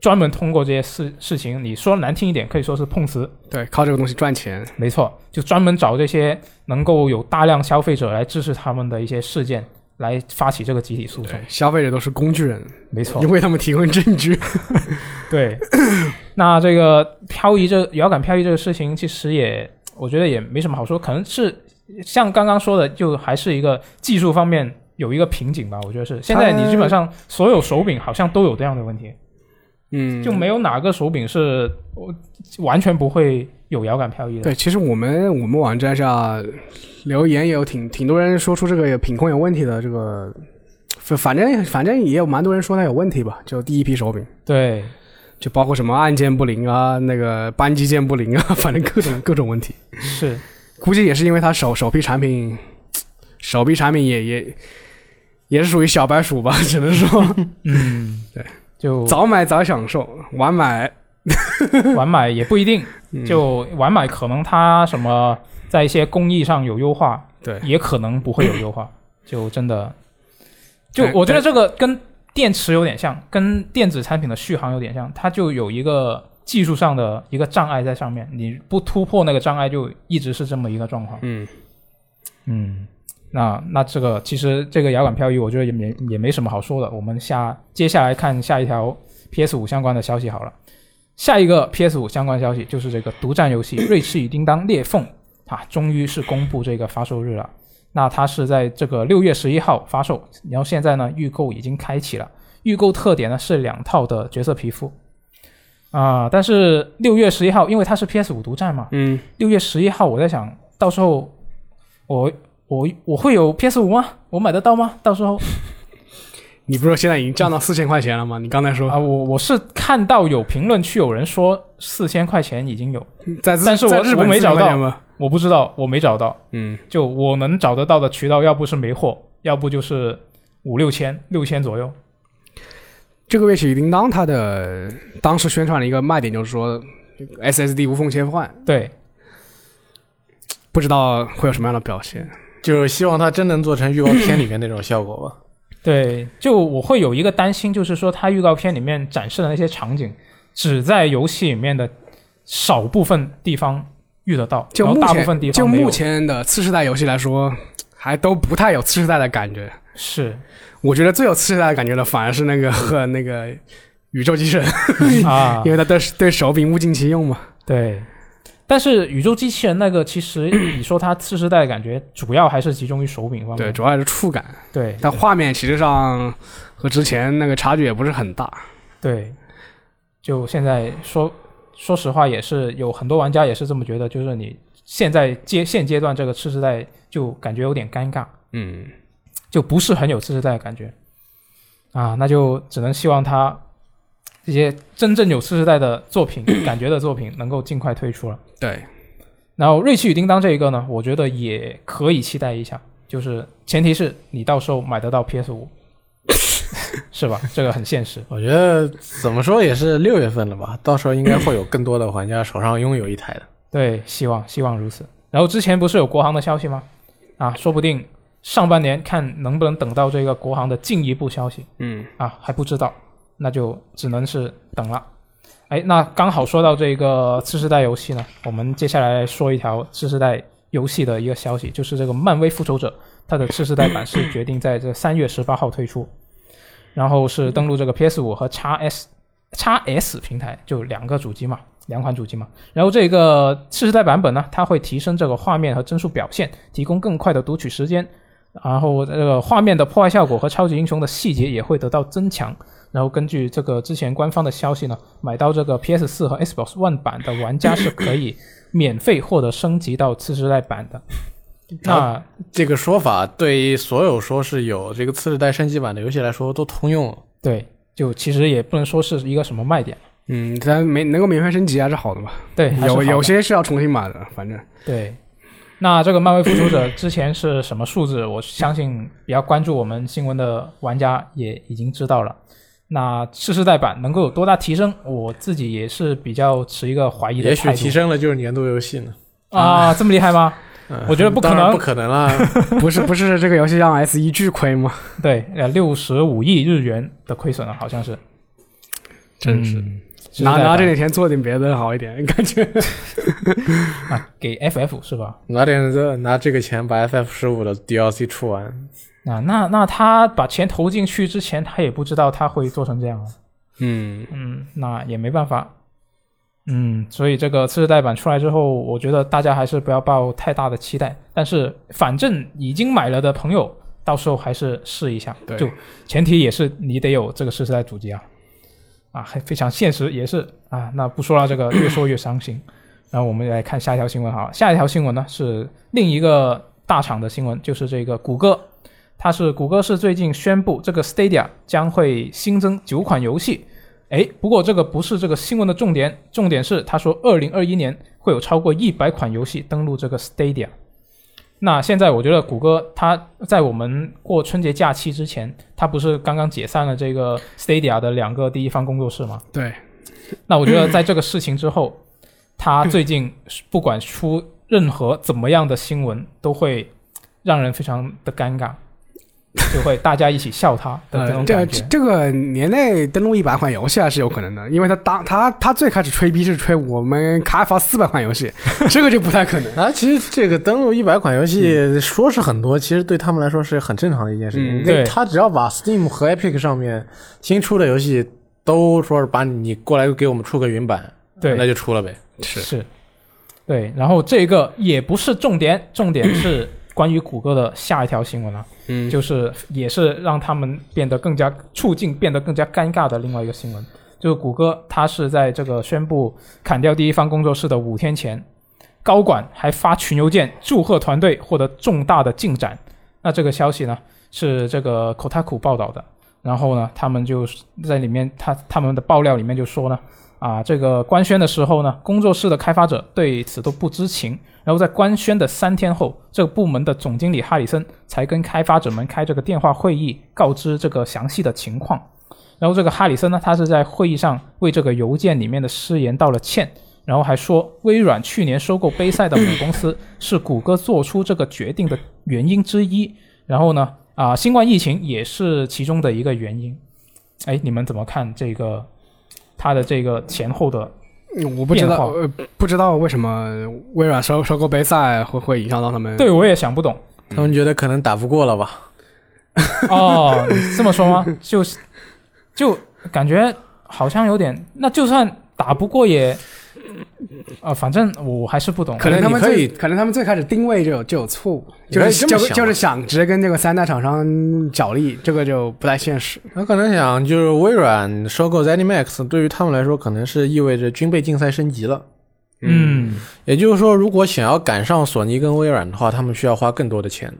Speaker 1: 专门通过这些事事情，你说难听一点，可以说是碰瓷，
Speaker 2: 对，靠这个东西赚钱。
Speaker 1: 没错，就专门找这些能够有大量消费者来支持他们的一些事件，来发起这个集体诉讼
Speaker 2: 对。，消费者都是工具人，
Speaker 1: 没错
Speaker 2: 你，为他们提供证
Speaker 1: [laughs]
Speaker 2: 据。
Speaker 1: 对。 [clears throat] 那这个漂移这遥感漂移这个事情，其实也我觉得也没什么好说，可能是像刚刚说的，就还是一个技术方面有一个瓶颈吧。我觉得是现在你基本上所有手柄好像都有这样的问题，
Speaker 2: 嗯，
Speaker 1: 就没有哪个手柄是我完全不会有遥感漂移的。
Speaker 2: 对，其实我们我们网站上留言也有挺挺多人说出这个品控有问题的这个，反反正反正也有蛮多人说它有问题吧，就第一批手柄，
Speaker 1: 对，
Speaker 2: 就包括什么按键不灵啊，那个扳机键不灵啊， [laughs] 反正各种各种问题，
Speaker 1: 是
Speaker 2: 估计也是因为它首首批产品，首批产品也也也是属于小白鼠吧， [laughs] 只
Speaker 1: [laughs]
Speaker 2: 能说
Speaker 1: 就
Speaker 2: 早买早享受，晚买 [laughs]
Speaker 1: 晚买也不一定，
Speaker 2: 嗯
Speaker 1: 就晚买可能它什么在一些工艺上有优化，
Speaker 2: 对
Speaker 1: 也可能不会有优
Speaker 2: [coughs]
Speaker 1: 化，就真的，就
Speaker 2: 对
Speaker 1: 我觉得这个跟电池有点像，跟电子产品的续航有点像，它就有一个技术上的一个障碍在上面，你不突破那个障碍，就一直是这么一个状况。
Speaker 2: 嗯。
Speaker 1: 嗯，那那这个其实这个摇杆漂移，我觉得也没也没什么好说的。我们下接下来看下一条 PS 五相关的消息好了。下一个 PS 五相关消息就是这个独占游戏《瑞士与叮当：裂缝》啊，终于是公布这个发售日了。那它是在这个六月十一号发售，然后现在呢预购已经开启了。预购特点呢是两套的角色皮肤啊、但是六月十一号，因为它是 PS 五独占嘛，
Speaker 2: 嗯，
Speaker 1: 六月十一号，我在想到时候我我我会有 PS 五吗？我买得到吗？到时候
Speaker 2: 你不是说现在已经降到四千块钱了吗？你刚才说
Speaker 1: 啊，我我是看到有评论区有人说四千块钱已经有，
Speaker 2: 在日
Speaker 1: 但是我
Speaker 2: 在日本
Speaker 1: 我没找到
Speaker 2: 400块钱吗？
Speaker 1: 我不知道，我没找到。
Speaker 2: 嗯，
Speaker 1: 就我能找得到的渠道，要不是没货，要不就是五六千，六千左右。
Speaker 2: 这个《乐器与叮当》它的当时宣传的一个卖点就是说 SSD 无缝切换，
Speaker 1: 对，
Speaker 2: 不知道会有什么样的表现。
Speaker 3: 就是希望它真能做成预告片里面那种效果吧。 [coughs]
Speaker 1: 对，就我会有一个担心，就是说它预告片里面展示的那些场景，只在游戏里面的少部分地方遇得到，
Speaker 2: 就
Speaker 1: 然
Speaker 2: 目
Speaker 1: 后
Speaker 2: 前
Speaker 1: 大部分地
Speaker 2: 就
Speaker 1: 方没有
Speaker 2: 目前的次世代游戏来说，还都不太有次世代的感觉。
Speaker 1: 是
Speaker 2: 我觉得最有次世代的感觉的反而是那
Speaker 1: [laughs]
Speaker 2: 个和那个宇宙机神， [laughs]
Speaker 1: 啊
Speaker 2: 因，为它对对手柄物尽其用嘛。
Speaker 1: 对。但是宇宙机器人那个，其实
Speaker 2: [coughs]
Speaker 1: 你说它次世代的感觉，主要还是集中于手柄方
Speaker 2: 对，
Speaker 1: 面。
Speaker 2: 主要还是触感，
Speaker 1: 对
Speaker 2: 但画面其实上和之前那个差距也不是很大。
Speaker 1: 对，就现在说说实话，也是有很多玩家也是这么觉得，就是你现在阶现阶段这个次世代就感觉有点尴尬。
Speaker 2: 嗯，
Speaker 1: 就不是很有次世代的感觉啊，那就只能希望他这些真正有次世代的作品、 [coughs] 感觉的作品能够尽快推出了。
Speaker 2: 对，
Speaker 1: 然后《瑞奇与叮当》这一个呢，我觉得也可以期待一下，就是前提是你到时候买得到 PS 五，是吧？这个很现实。
Speaker 3: 我觉得怎么说也是六月份了吧，到时候应该会有更多的玩家手上拥有一台的。
Speaker 1: 对，希望希望如此。然后之前不是有国行的消息吗？啊，说不定上半年看能不能等到这个国行的进一步消息
Speaker 2: 嗯，
Speaker 1: 啊，还不知道，那就只能是等了。哎，那刚好说到这个次世代游戏呢，我们接下来说一条次世代游戏的一个消息，就是这个《漫威复仇者》它的次世代版是决定在这三月十八号推出，然后是登陆这个 PS 五和 x S、x S 平台，就两个主机嘛，两款主机嘛。然后这个次世代版本呢，它会提升这个画面和帧数表现，提供更快的读取时间，然后这个画面的破坏效果和超级英雄的细节也会得到增强。然后根据这个之前官方的消息呢，买到这个 PS 四和 Xbox One 版的玩家是可以免费获得升级到次世代版的。那
Speaker 3: 这个说法对于所有说是有这个次世代升级版的游戏来说都通用了。
Speaker 1: 对，就其实也不能说是一个什么卖点，
Speaker 2: 嗯，咱没能够免费升级还是好的吧？
Speaker 1: 对，还是
Speaker 2: 有
Speaker 1: 好的
Speaker 2: 有些是要重新买的，反正
Speaker 1: 对。那这个漫威复仇者之前是什么数字？我相信比较关注我们新闻的玩家也已经知道了。那次世代版能够有多大提升，我自己也是比较持一个怀疑的
Speaker 3: 也许
Speaker 1: 态度
Speaker 3: 提升了就是年度游戏呢。
Speaker 1: 啊，这么厉害吗？
Speaker 3: [laughs] 嗯
Speaker 1: 我觉得不可
Speaker 3: 当然
Speaker 1: 能
Speaker 3: 不可能啦。
Speaker 1: [laughs]
Speaker 2: 不是不是这个游戏让 S 一巨亏吗？
Speaker 1: 对，呃，六十五亿日元的亏损了，啊好像是。
Speaker 2: 真是
Speaker 1: 嗯次世代
Speaker 2: 拿
Speaker 1: 版
Speaker 2: 拿这点钱做点别的好一点，
Speaker 1: [laughs]
Speaker 2: 感觉
Speaker 1: 啊，给 FF 是吧？
Speaker 3: 拿点这拿这个钱把 FF 十五的 DLC 出完，
Speaker 1: 啊，那那他把钱投进去之前，他也不知道他会做成这样啊。
Speaker 2: 嗯
Speaker 1: 嗯，那也没办法。嗯，所以这个次世代版出来之后，我觉得大家还是不要抱太大的期待。但是反正已经买了的朋友，到时候还是试一下。
Speaker 2: 对
Speaker 1: 就前提也是你得有这个次世代主机啊。啊，还非常现实，也是啊。那不说了，这个越说越伤心。然后我们来看下一条新闻好了，下一条新闻呢是另一个大厂的新闻，就是这个谷歌，它是谷歌是最近宣布这个 Stadia 将会新增九款游戏。哎，不过这个不是这个新闻的重点，重点是他说二零二一年会有超过一百款游戏登录这个 Stadia。那现在我觉得谷歌它在我们过春节假期之前，它不是刚刚解散了这个 Stadia 的两个第一方工作室吗？
Speaker 2: 对，
Speaker 1: 那我觉
Speaker 2: [clears throat]
Speaker 1: 得在这个事情之后，他最近不管出任何怎么样的新闻，都会让人非常的尴尬，就会大家一起笑他的这
Speaker 2: 呃
Speaker 1: 种
Speaker 2: 这
Speaker 1: 感
Speaker 2: 这
Speaker 1: 觉。
Speaker 2: 这个年内登录一百款游戏还是有可能的，因为他当他他最开始吹逼是吹我们开发四百款游戏，这个就不太可能。
Speaker 3: [laughs] 啊，其实这个登录一百款游戏
Speaker 1: 嗯
Speaker 3: 说是很多，其实对他们来说是很正常的一件事情。
Speaker 2: 嗯
Speaker 1: 对
Speaker 3: 他只要把 Steam 和 Epic 上面新出的游戏都说是把你过来给我们出个云版，
Speaker 1: 对
Speaker 3: 那就出了呗。
Speaker 2: 是
Speaker 1: 是，对。然后这个也不是重点，重点
Speaker 2: [clears throat]
Speaker 1: 是关于谷歌的下一条新闻了、
Speaker 2: 嗯
Speaker 1: 就是也是让他们变得更加处境变得更加尴尬的另外一个新闻，就是谷歌它是在这个宣布砍掉第一方工作室的五天前，高管还发群邮件祝贺团队获得重大的进展。那这个消息呢是这个 Kotaku 报道的，然后呢他们就在里面他他们的爆料里面就说呢。啊，这个官宣的时候呢，工作室的开发者对此都不知情。然后在官宣的三天后，这个部门的总经理哈里森才跟开发者们开这个电话会议，告知这个详细的情况。然后这个哈里森呢，他是在会议上为这个邮件里面的失言道了歉，然后还说微软去年收购杯赛的母公司是谷歌做出这个决定的原因之一。然后呢，啊，新冠疫情也是其中的一个原因。哎，你们怎么看这个他的这个前后的？
Speaker 2: 嗯我不知
Speaker 1: 变
Speaker 2: 道，
Speaker 1: 化
Speaker 2: 呃，不知道为什么微软收收购杯赛会会影响到他们。
Speaker 1: 对，我也想不懂。
Speaker 3: 他们觉得可能打不过了吧？
Speaker 1: 哦，你这么说吗？就是，就感觉好像有点，那就算打不过也，啊、反正我还是不懂。
Speaker 2: 可能他们
Speaker 3: 可能
Speaker 2: 最
Speaker 3: 你
Speaker 2: 可能他们最开始定位就有就有错误，
Speaker 3: 你
Speaker 2: 就
Speaker 3: 可以
Speaker 2: 是
Speaker 3: 这
Speaker 2: 就是
Speaker 3: 么想
Speaker 2: 就是想直接跟这个三大厂商角力，这个就不太现实。
Speaker 3: 他可能想，就是微软收购 ZeniMax 对于他们来说，可能是意味着军备竞赛升级了。
Speaker 1: 嗯，
Speaker 3: 也就是说，如果想要赶上索尼跟微软的话，他们需要花更多的钱，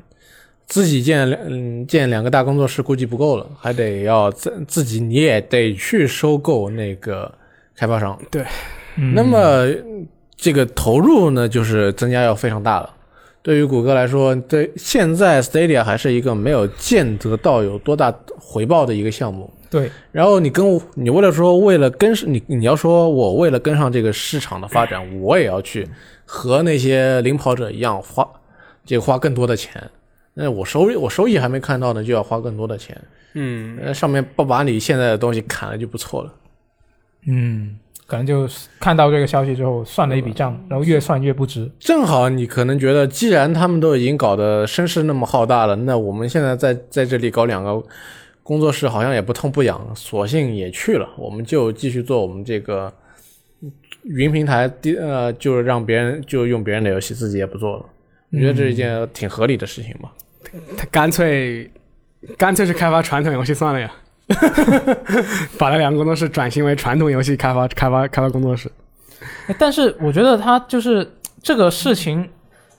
Speaker 3: 自己建两嗯建两个大工作室估计不够了，还得要自自己你也得去收购那个开发商。
Speaker 1: 嗯
Speaker 3: 那么这个投入呢，就是增加要非常大了。对于谷歌来说，对现在 Stadia 还是一个没有见得到有多大回报的一个项目。
Speaker 1: 对，
Speaker 3: 然后你跟我，你为了说为了跟上你，你要说我为了跟上这个市场的发展，我也要去和那些领跑者一样花，这个花更多的钱。那我收益我收益还没看到呢，就要花更多的钱。呃
Speaker 2: 嗯，
Speaker 3: 那上面不把你现在的东西砍了就不错了。
Speaker 1: 嗯，可能就是看到这个消息之后算了一笔账，然后越算越不值。
Speaker 3: 正好你可能觉得，既然他们都已经搞得声势那么浩大了，那我们现在在在这里搞两个工作室，好像也不痛不痒，索性也去了。我们就继续做我们这个云平台，第呃，就是让别人就用别人的游戏，自己也不做了。我觉得这是一件挺合理的事情吧。
Speaker 2: 他干脆干脆是开发传统游戏算了呀， [laughs] 把那两个工作室转型为传统游戏开发开发开发工作室。
Speaker 1: 哎 [laughs] 但是我觉得他就是这个事情，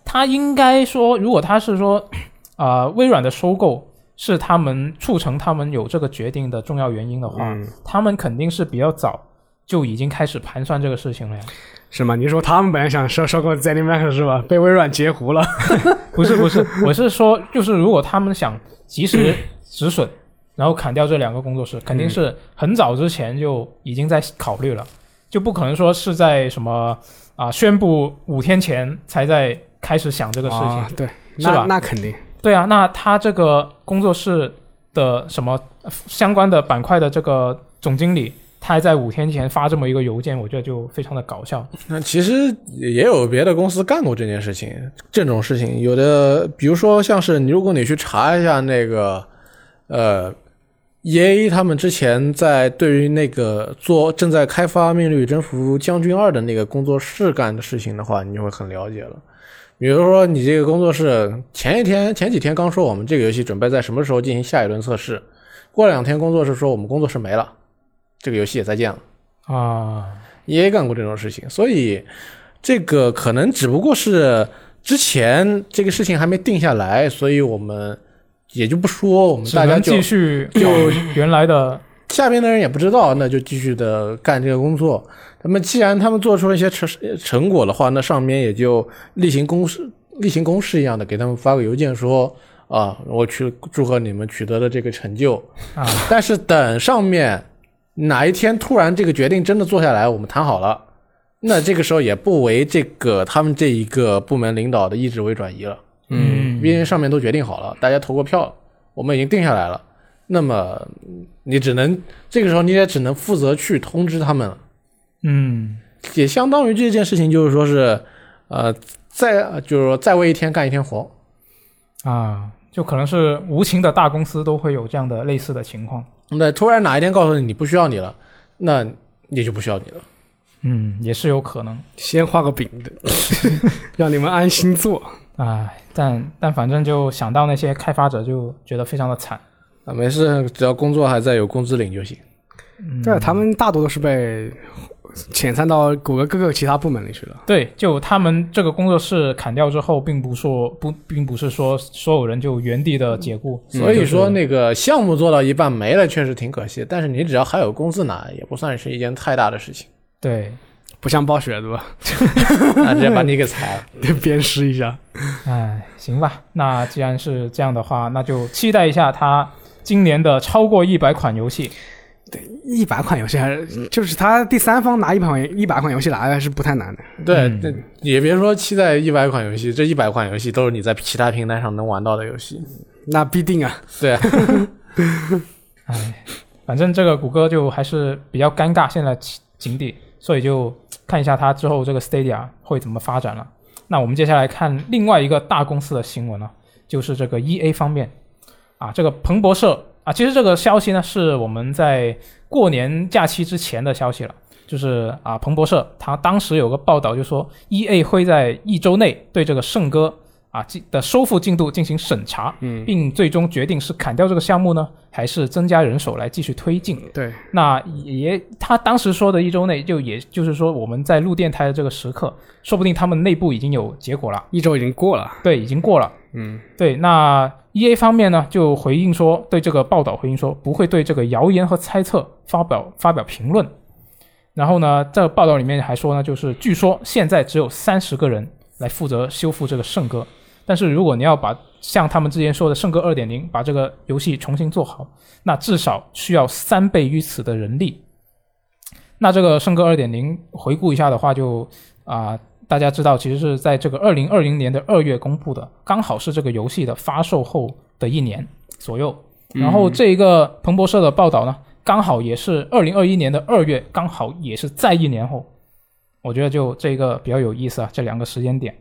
Speaker 1: 他应该说，如果他是说， [clears throat] 啊、微软的收购是他们促成他们有这个决定的重要原因的话，
Speaker 2: 嗯，
Speaker 1: 他们肯定是比较早就已经开始盘算这个事情了呀。
Speaker 2: 是吗？你说他们本来想收收购 ZeniMax 是吧？被微软截胡了。
Speaker 1: [laughs] 不是不是， [laughs] 我是说，就是如果他们想及时 [coughs] 止损，然后砍掉这两个工作室，肯定是很早之前就已经在考虑了，就不可能说是在什么啊、宣布五天前才在开始想这个事情。
Speaker 2: 啊，对，
Speaker 1: 是
Speaker 2: 那
Speaker 1: 吧
Speaker 2: 那肯定。
Speaker 1: 对啊，那他这个工作室的什么相关的板块的这个总经理，他还在五天前发这么一个邮件，我觉得就非常的搞笑。
Speaker 3: 那其实也有别的公司干过这件事情，这种事情有的，比如说像是你，如果你去查一下那个，呃，E A 他们之前在对于那个做正在开发《命令与征服：将军二》的那个工作室干的事情的话，你就会很了解了。比如说，你这个工作室前一天、前几天刚说我们这个游戏准备在什么时候进行下一轮测试，过两天工作室说我们工作室没了，这个游戏也再见了。
Speaker 1: 啊，
Speaker 3: 也干过这种事情，所以这个可能只不过是之前这个事情还没定下来，所以我们也就不说，我们
Speaker 1: 只
Speaker 3: 大家
Speaker 1: 能
Speaker 3: 就
Speaker 1: 继续就原来的
Speaker 3: 下边的人也不知道，那就继续的干这个工作。那么既然他们做出了一些成呃成果的话，那上面也就例行公事、例行公事一样的给他们发个邮件说。啊，我去祝贺你们取得了这个成就
Speaker 1: 啊！
Speaker 3: 但是等上面哪一天突然这个决定真的做下来，我们谈好了，那这个时候也不为这个他们这一个部门领导的意志为转移了。
Speaker 1: 嗯
Speaker 3: 毕竟上面都决定好了，大家投过票了，我们已经定下来了。那么嗯你只能这个时候你也只能负责去通知他们了，
Speaker 1: 嗯
Speaker 3: 也相当于这件事情就是说是，呃，在就是说再为一天干一天活。
Speaker 1: 啊，就可能是无情的大公司都会有这样的类似的情况。
Speaker 3: 那突然哪一天告诉你你不需要你了，那也就不需要你了。
Speaker 1: 嗯，也是有可能。
Speaker 2: 先画个饼的， [laughs] 让你们安心做。
Speaker 1: 唉，哎但但反正就想到那些开发者，就觉得非常的惨。
Speaker 3: 啊，没事，只要工作还在，有工资领就行。
Speaker 1: 嗯、
Speaker 2: 对，啊他们大多都是被遣散到谷歌各个其他部门里去了。
Speaker 1: 对，就他们这个工作室砍掉之后，并不说不，并不是说所有人就原地的解雇。
Speaker 3: 所以
Speaker 1: 嗯就是
Speaker 3: 说，那个项目做到一半没了，确实挺可惜。但是你只要还有工资拿，也不算是一件太大的 [laughs] 事情。
Speaker 1: 对，
Speaker 2: 不像暴雪对吧？ [laughs]
Speaker 3: 那直接把你给裁了。
Speaker 2: 得鞭尸一下。
Speaker 1: 唉，哎行吧。那既然是这样的话，那就期待一下他今年的超过一百款游戏。
Speaker 2: 一百款游戏还是就是他第三方拿一款一百款游戏来还是不太难的。
Speaker 3: 对
Speaker 1: 嗯，
Speaker 3: 那也别说期待一百款游戏，这一百款游戏都是你在其他平台上能玩到的游戏。
Speaker 2: 那必定啊，
Speaker 3: 对，
Speaker 1: 唉，反正这个谷歌就还是比较尴尬现在境地，所以就看一下它之后这个 Stadia 会怎么发展了。那我们接下来看另外一个大公司的新闻啊，就是这个 EA 方面啊，这个彭博社啊，其实这个消息呢是我们在过年假期之前的消息了。就是啊，彭博社它当时有个报道，就说 E A 会在一周内对这个圣歌啊进的收复进度进行审查，
Speaker 2: 嗯，
Speaker 1: 并最终决定是砍掉这个项目呢，还是增加人手来继续推进。
Speaker 2: 对，
Speaker 1: 那也，他当时说的一周内，就也就是说我们在录电台的这个时刻，说不定他们内部已经有结果了，
Speaker 2: 一周已经过了。
Speaker 1: 对，已经过了。
Speaker 2: 嗯，
Speaker 1: 对，那 E A 方面呢，就回应说，对这个报道回应说，不会对这个谣言和猜测发表发表评论。然后呢，这个报道里面还说呢，就是据说现在只有三十个人来负责修复这个圣歌，但是如果你要把像他们之前说的圣歌二点零，把这个游戏重新做好，那至少需要三倍于此的人力。那这个圣歌二点零回顾一下的话就，啊。大家知道，其实是在这个二零二零年的二月公布的，刚好是这个游戏的发售后的一年左右。然后这一个彭博社的报道呢，刚好也是二零二一年的二月，刚好也是在一年后。我觉得就这个比较有意思啊，这两个时间点。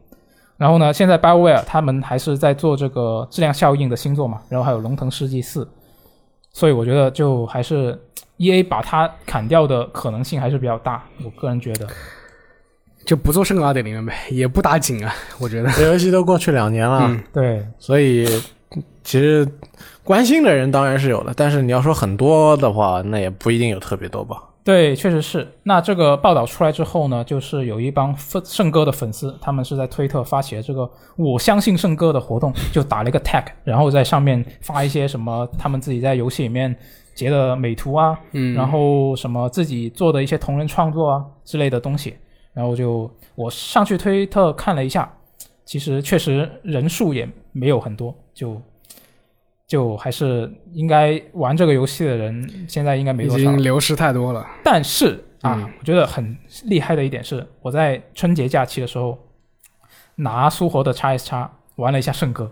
Speaker 1: 然后呢，现在 BioWare 他们还是在做这个质量效应的星座嘛，然后还有《龙腾世纪四》，所以我觉得就还是 EA 把它砍掉的可能性还是比较大，我个人觉得。
Speaker 2: 就不做圣二点零了呗，也不打紧啊， [laughs] 我觉得。
Speaker 3: [laughs] 这游戏都过去两年了，
Speaker 2: 嗯
Speaker 1: 对，
Speaker 3: 所以其实关心的人当然是有的，但是你要说很多的话，那也不一定有特别多吧。
Speaker 1: 对，确实是。那这个报道出来之后呢，就是有一帮粉圣哥的粉丝，他们是在推特发起了这个“我相信圣哥”的活动，就打了一个 tag，然后在上面发一些什么他们自己在游戏里面截的美图啊，
Speaker 2: 嗯，
Speaker 1: 然后什么自己做的一些同人创作啊之类的东西。然后就我上去推特看了一下，其实确实人数也没有很多，就就还是应该玩这个游戏的人现在应该没
Speaker 2: 已
Speaker 1: 多少
Speaker 2: 经。流失太多了。
Speaker 1: 但是啊，
Speaker 2: 嗯
Speaker 1: 我觉得很厉害的一点是，我在春节假期的时候拿苏活的 x S x 玩了一下圣歌，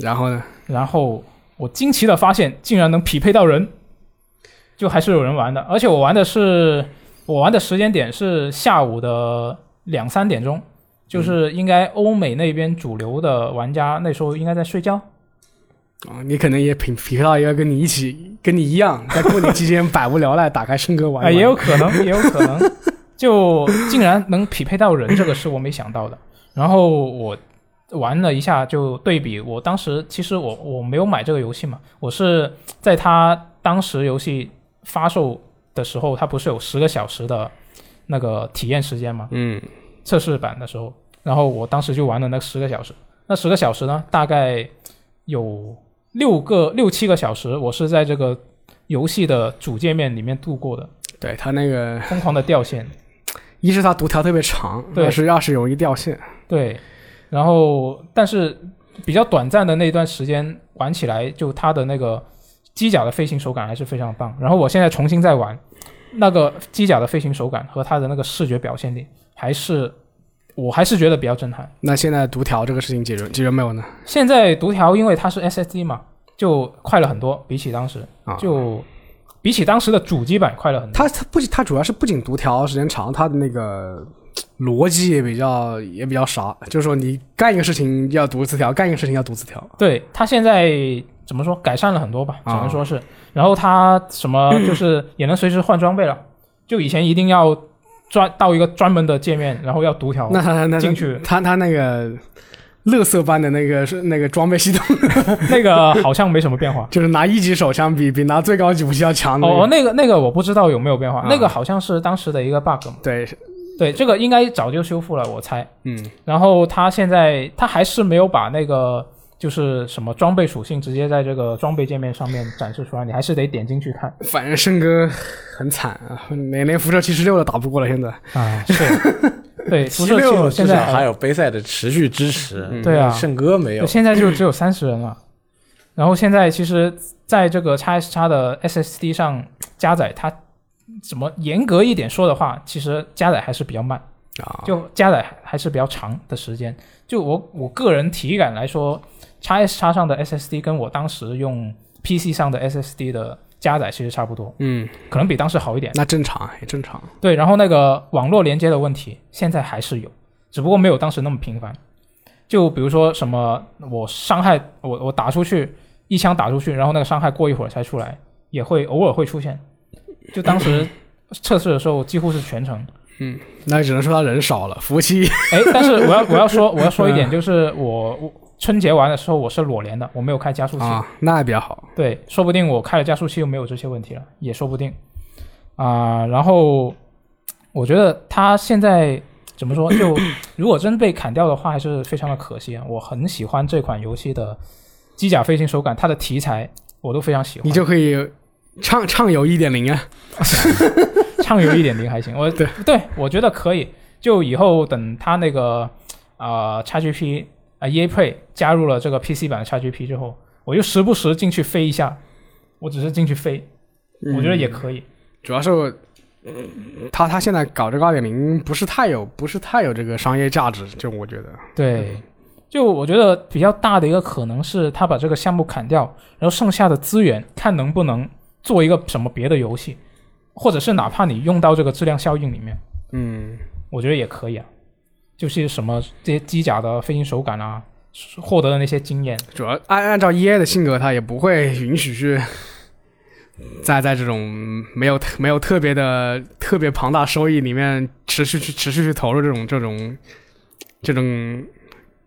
Speaker 2: 然后呢？
Speaker 1: 然后我惊奇的发现，竟然能匹配到人，就还是有人玩的。而且我玩的是我玩的时间点是下午的两三点钟，就是应该欧美那边主流的玩家那时候应该在睡觉。
Speaker 2: 哦，你可能也匹匹配到一个跟你一起跟你一样， [laughs] 在过年期间百无聊赖，打开圣歌玩
Speaker 1: 啊，
Speaker 2: 一玩。
Speaker 1: 也有可能，
Speaker 2: [laughs]
Speaker 1: 也有可能，就竟然能匹配到人，这个是我没想到的。然后我玩了一下，就对比我当时，其实我我没有买这个游戏嘛，我是在它当时游戏发售的时候，它不是有十个小时的那个体验时间嘛，
Speaker 2: 嗯，
Speaker 1: 测试版的时候，然后我当时就玩了那十个小时。那十个小时呢，大概有六个六七个小时，我是在这个游戏的主界面里面度过的。
Speaker 2: 对他那个，
Speaker 1: 疯狂的掉线，
Speaker 2: 一是他读条特别长，
Speaker 1: 对
Speaker 2: 二是二是容易掉线。
Speaker 1: 对，然后但是比较短暂的那段时间玩起来，就它的那个机甲的飞行手感还是非常棒。然后我现在重新再玩，那个机甲的飞行手感和它的那个视觉表现力，还是我还是觉得比较震撼。
Speaker 2: 那现在读条这个事情解决解决没有呢？
Speaker 1: 现在读条因为它是 SSD 嘛，就快了很多，比起当时
Speaker 2: 啊，
Speaker 1: 就比起当时的主机版快了很多。
Speaker 2: 它它不仅它主要是不仅读条时间长，它的那个嘖逻辑也比较也比较傻，就是说你干一个事情要读字条，干一个事情要读字条。
Speaker 1: 对他现在怎么说改善了很多吧，只
Speaker 2: 啊
Speaker 1: 能说是。然后他什么
Speaker 2: [clears throat]
Speaker 1: 就是也能随时换装备了，就以前一定要专到一个专门的界面，然后要读条
Speaker 2: 那它那
Speaker 1: 进
Speaker 2: [laughs]
Speaker 1: 去，
Speaker 2: 它它那个乐色般的那个是那个装备系统，。
Speaker 1: 那个好像没什么变化
Speaker 2: 就是拿一级手枪比比拿最高级武器要强 [laughs] 的那个、
Speaker 1: 哦，那个那个我不知道有没有变化，
Speaker 2: 啊
Speaker 1: 那个好像是当时的一个 bug 嘛。
Speaker 2: 对，
Speaker 1: 对，这个应该早就修复了，我猜。
Speaker 2: 嗯，
Speaker 1: 然后他现在他还是没有把那个就是什么装备属性直接在这个装备界面上面展示出来，你还是得点进去看。
Speaker 2: 反正圣哥很惨啊，连连辐射七十六都打不过了，现在
Speaker 1: 啊，是，
Speaker 3: [laughs]
Speaker 1: 对，辐射
Speaker 3: 76
Speaker 1: 器我
Speaker 3: 至
Speaker 1: 现
Speaker 3: 少
Speaker 1: 在
Speaker 3: 还有杯赛的持续支持，
Speaker 2: 嗯
Speaker 3: 嗯
Speaker 1: 对啊
Speaker 3: 圣歌没有
Speaker 1: 对，现在就只有三十人了。然后现在其实在这个 x S x 的 SSD 上加载，它怎么严格一点说的话，其实加载还是比较慢，
Speaker 2: 啊，
Speaker 1: 就加载还是比较长的时间。就我我个人体感来说，x S x 上的 SSD 跟我当时用 PC 上的 SSD 的加载其实差不多，
Speaker 2: 嗯，
Speaker 1: 可能比当时好一点。
Speaker 2: 那正常也正常，
Speaker 1: 对，然后那个网络连接的问题现在还是有，只不过没有当时那么频繁。就比如说什么，我伤害我我打出去一枪打出去，然后那个伤害过一会儿才出来，也会偶尔会出现。就当时测试的时候几乎是全程。
Speaker 2: 那只能说他人少了，服务器
Speaker 1: 哎，但是我要我要说我要说一点，就是我我春节玩的时候我是裸连的，我没有开加速器。 [laughs]
Speaker 2: 啊，那比较好，
Speaker 1: 对，说不定我开了加速器就没有这些问题了，也说不定啊、然后我觉得他现在怎么说，就 [coughs] 如果真被砍掉的话，还是非常的可惜啊。我很喜欢这款游戏的机甲飞行手感，它的题材我都非常喜欢。
Speaker 2: 你就可以畅畅游一点零啊，
Speaker 1: 畅游一点零还
Speaker 2: [laughs]
Speaker 1: 行，我
Speaker 2: 对
Speaker 1: 我觉得可以。就以后等它那个啊、呃、XGP 啊、EA Play 加入了这个 PC 版的 XGP 之后，我就时不
Speaker 2: 嗯
Speaker 1: 时进去飞一下，我只是进去飞，我觉得也可以。
Speaker 2: 主要是他他现在搞这个二点零不是太有不是太有这个商业价值，就我觉得，
Speaker 1: 对，就我觉得比较大的一个可能是他把这个项目砍掉，然后剩下的资源看能不能做一个什么别的游戏，或者是哪怕你用到这个质量效应里面，
Speaker 2: 嗯，
Speaker 1: 我觉得也可以啊。就是什么这些机甲的飞行手感啊，获得的那些经验，
Speaker 2: 主要按按照 E A 的性格，他也不会允许去
Speaker 1: 嗯
Speaker 2: 在在这种没有没有特别的特别庞大收益里面持续去持续去投入这种这种这种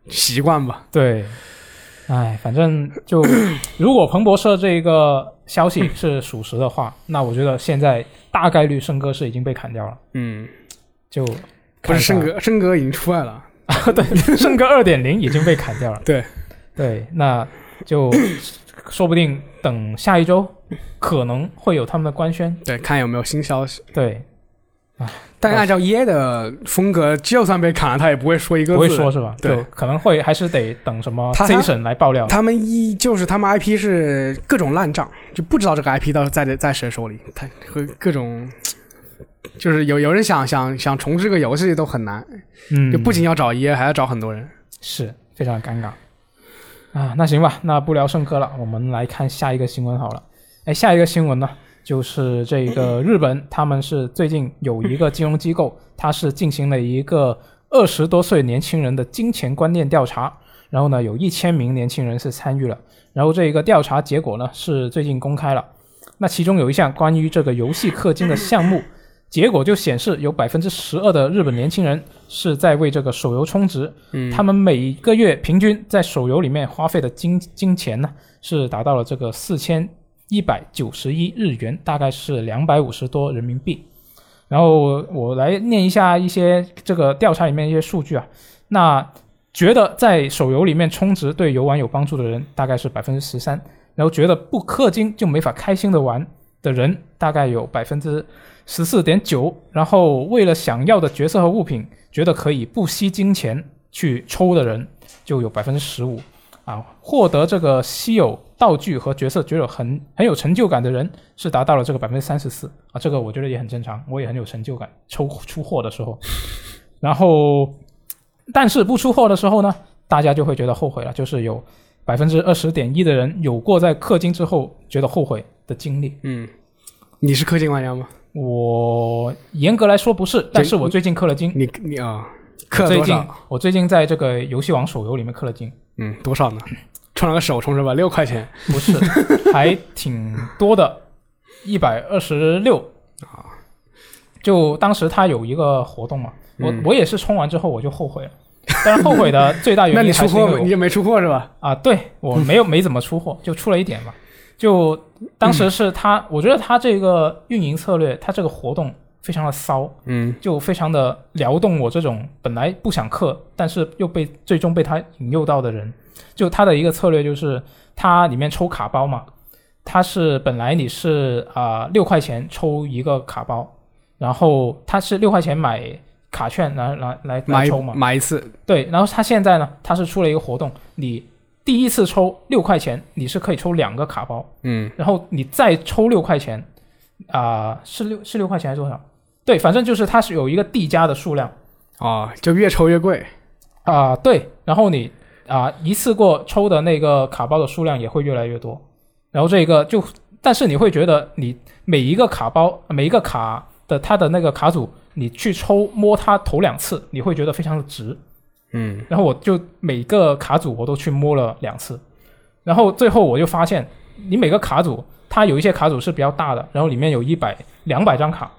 Speaker 2: 习惯吧。
Speaker 1: 对，哎，反正就如果彭博社这个消息是属实的话，那我觉得现在大概率圣歌是已经被砍掉了，
Speaker 2: 嗯，
Speaker 1: 就 [laughs]
Speaker 2: 不是
Speaker 1: 圣
Speaker 2: 圣哥，圣哥已经出来了。。
Speaker 1: 圣歌二点零已经被砍掉了
Speaker 2: 对
Speaker 1: 对，那
Speaker 2: [coughs]
Speaker 1: 就说不定等下一周可能会有他们的官宣。
Speaker 2: 对，看有没有新消息。
Speaker 1: 对，
Speaker 2: 但
Speaker 1: 哦
Speaker 2: 按照 E A 的风格，就算被砍了，他也不会说一个字。
Speaker 1: 不会说是吧？
Speaker 2: 对
Speaker 1: 就可能会还是得等什么
Speaker 2: 他
Speaker 1: C 审来爆料。
Speaker 2: 他们一就是他们 IP 是各种烂账，就不知道这个 IP 到底在在谁手里，他和各种。就是有有人想想想重置这个游戏都很难，
Speaker 1: 嗯，
Speaker 2: 就不仅要找 EA，还要找很多人。
Speaker 1: 是非常尴尬啊。那行吧，那不聊圣歌了，我们来看下一个新闻好了。哎，下一个新闻呢，就是这个日本，他们是最近有一个金融机构，它是进行了一个二十多岁年轻人的金钱观念调查，然后呢，有一千名年轻人是参与了，然后这一个调查结果呢是最近公开了。那其中有一项关于这个游戏氪金的项目，结果就显示有百分之十二的日本年轻人是在为这个手游充值，
Speaker 2: 嗯
Speaker 1: 他们每个月平均在手游里面花费的金金钱呢，是达到了这个四千一百九十一日元，大概是两百五十多人民币。然后我来念一下一些这个调查里面一些数据啊。那觉得在手游里面充值对游玩有帮助的人，大概是百分之十三；然后觉得不氪金就没法开心的玩的人，大概有百分之十四点九。然后为了想要的角色和物品，觉得可以不惜金钱去抽的人就有百分之十五啊，获得这个稀有道具和角色觉得很很有成就感的人是达到了这个百分之三十四啊，这个我觉得也很正常，我也很有成就感，抽出货的时候，然后但是不出货的时候呢，大家就会觉得后悔了，就是有百分之二十点一的人有过在氪金之后觉得后悔的经历。
Speaker 2: 嗯，你是氪金玩家吗？
Speaker 1: 我严格来说不是，但是我最近氪了金，
Speaker 2: 你你啊，氪了
Speaker 1: 最
Speaker 2: 多
Speaker 1: 近
Speaker 2: 少？
Speaker 1: 我最近在这个游戏王手游里面氪了金，
Speaker 2: 嗯，多少呢？充了个手充是吧？六块钱。
Speaker 1: 不
Speaker 2: [laughs]
Speaker 1: 是，还挺多的，一百二十六
Speaker 2: 啊。
Speaker 1: 就当时他有一个活动嘛，我、
Speaker 2: 嗯
Speaker 1: 我也是充完之后我就后悔了，但是后悔的最大
Speaker 2: [laughs] 那
Speaker 1: 原
Speaker 2: 你
Speaker 1: 因还
Speaker 2: 出
Speaker 1: 是因为
Speaker 2: 货
Speaker 1: 我
Speaker 2: 你就没出货是吧？
Speaker 1: 啊，对我没有没怎么出货，就出了一点嘛。就当时是他，我觉得他这个运营策略，他这个活动非常的骚，
Speaker 2: 嗯
Speaker 1: 就非常的撩动我这种本来不想氪，但是又被最终被他引诱到的人。就他的一个策略就是，他里面抽卡包嘛，他是本来你是啊六、块钱抽一个卡包，然后他是六块钱买卡券来来来
Speaker 2: 买
Speaker 1: 来
Speaker 2: 一
Speaker 1: 抽嘛，
Speaker 2: 买一次，
Speaker 1: 对，然后他现在呢，他是出了一个活动，你第一次抽六块钱，你是可以抽两个卡包，
Speaker 2: 嗯，
Speaker 1: 然后你再抽六块钱，啊、是六是六块钱还是多少？对，反正就是它是有一个递加的数量
Speaker 2: 哦，就越抽越贵。
Speaker 1: 啊、对，然后你啊、一次过抽的那个卡包的数量也会越来越多，然后这个就，但是你会觉得你每一个卡包每一个卡的它的那个卡组，你去抽摸它头两次，你会觉得非常的值，
Speaker 2: 嗯，
Speaker 1: 然后我就每个卡组我都去摸了两次，然后最后我就发现，你每个卡组它有一些卡组是比较大的，然后里面有一百两百张卡，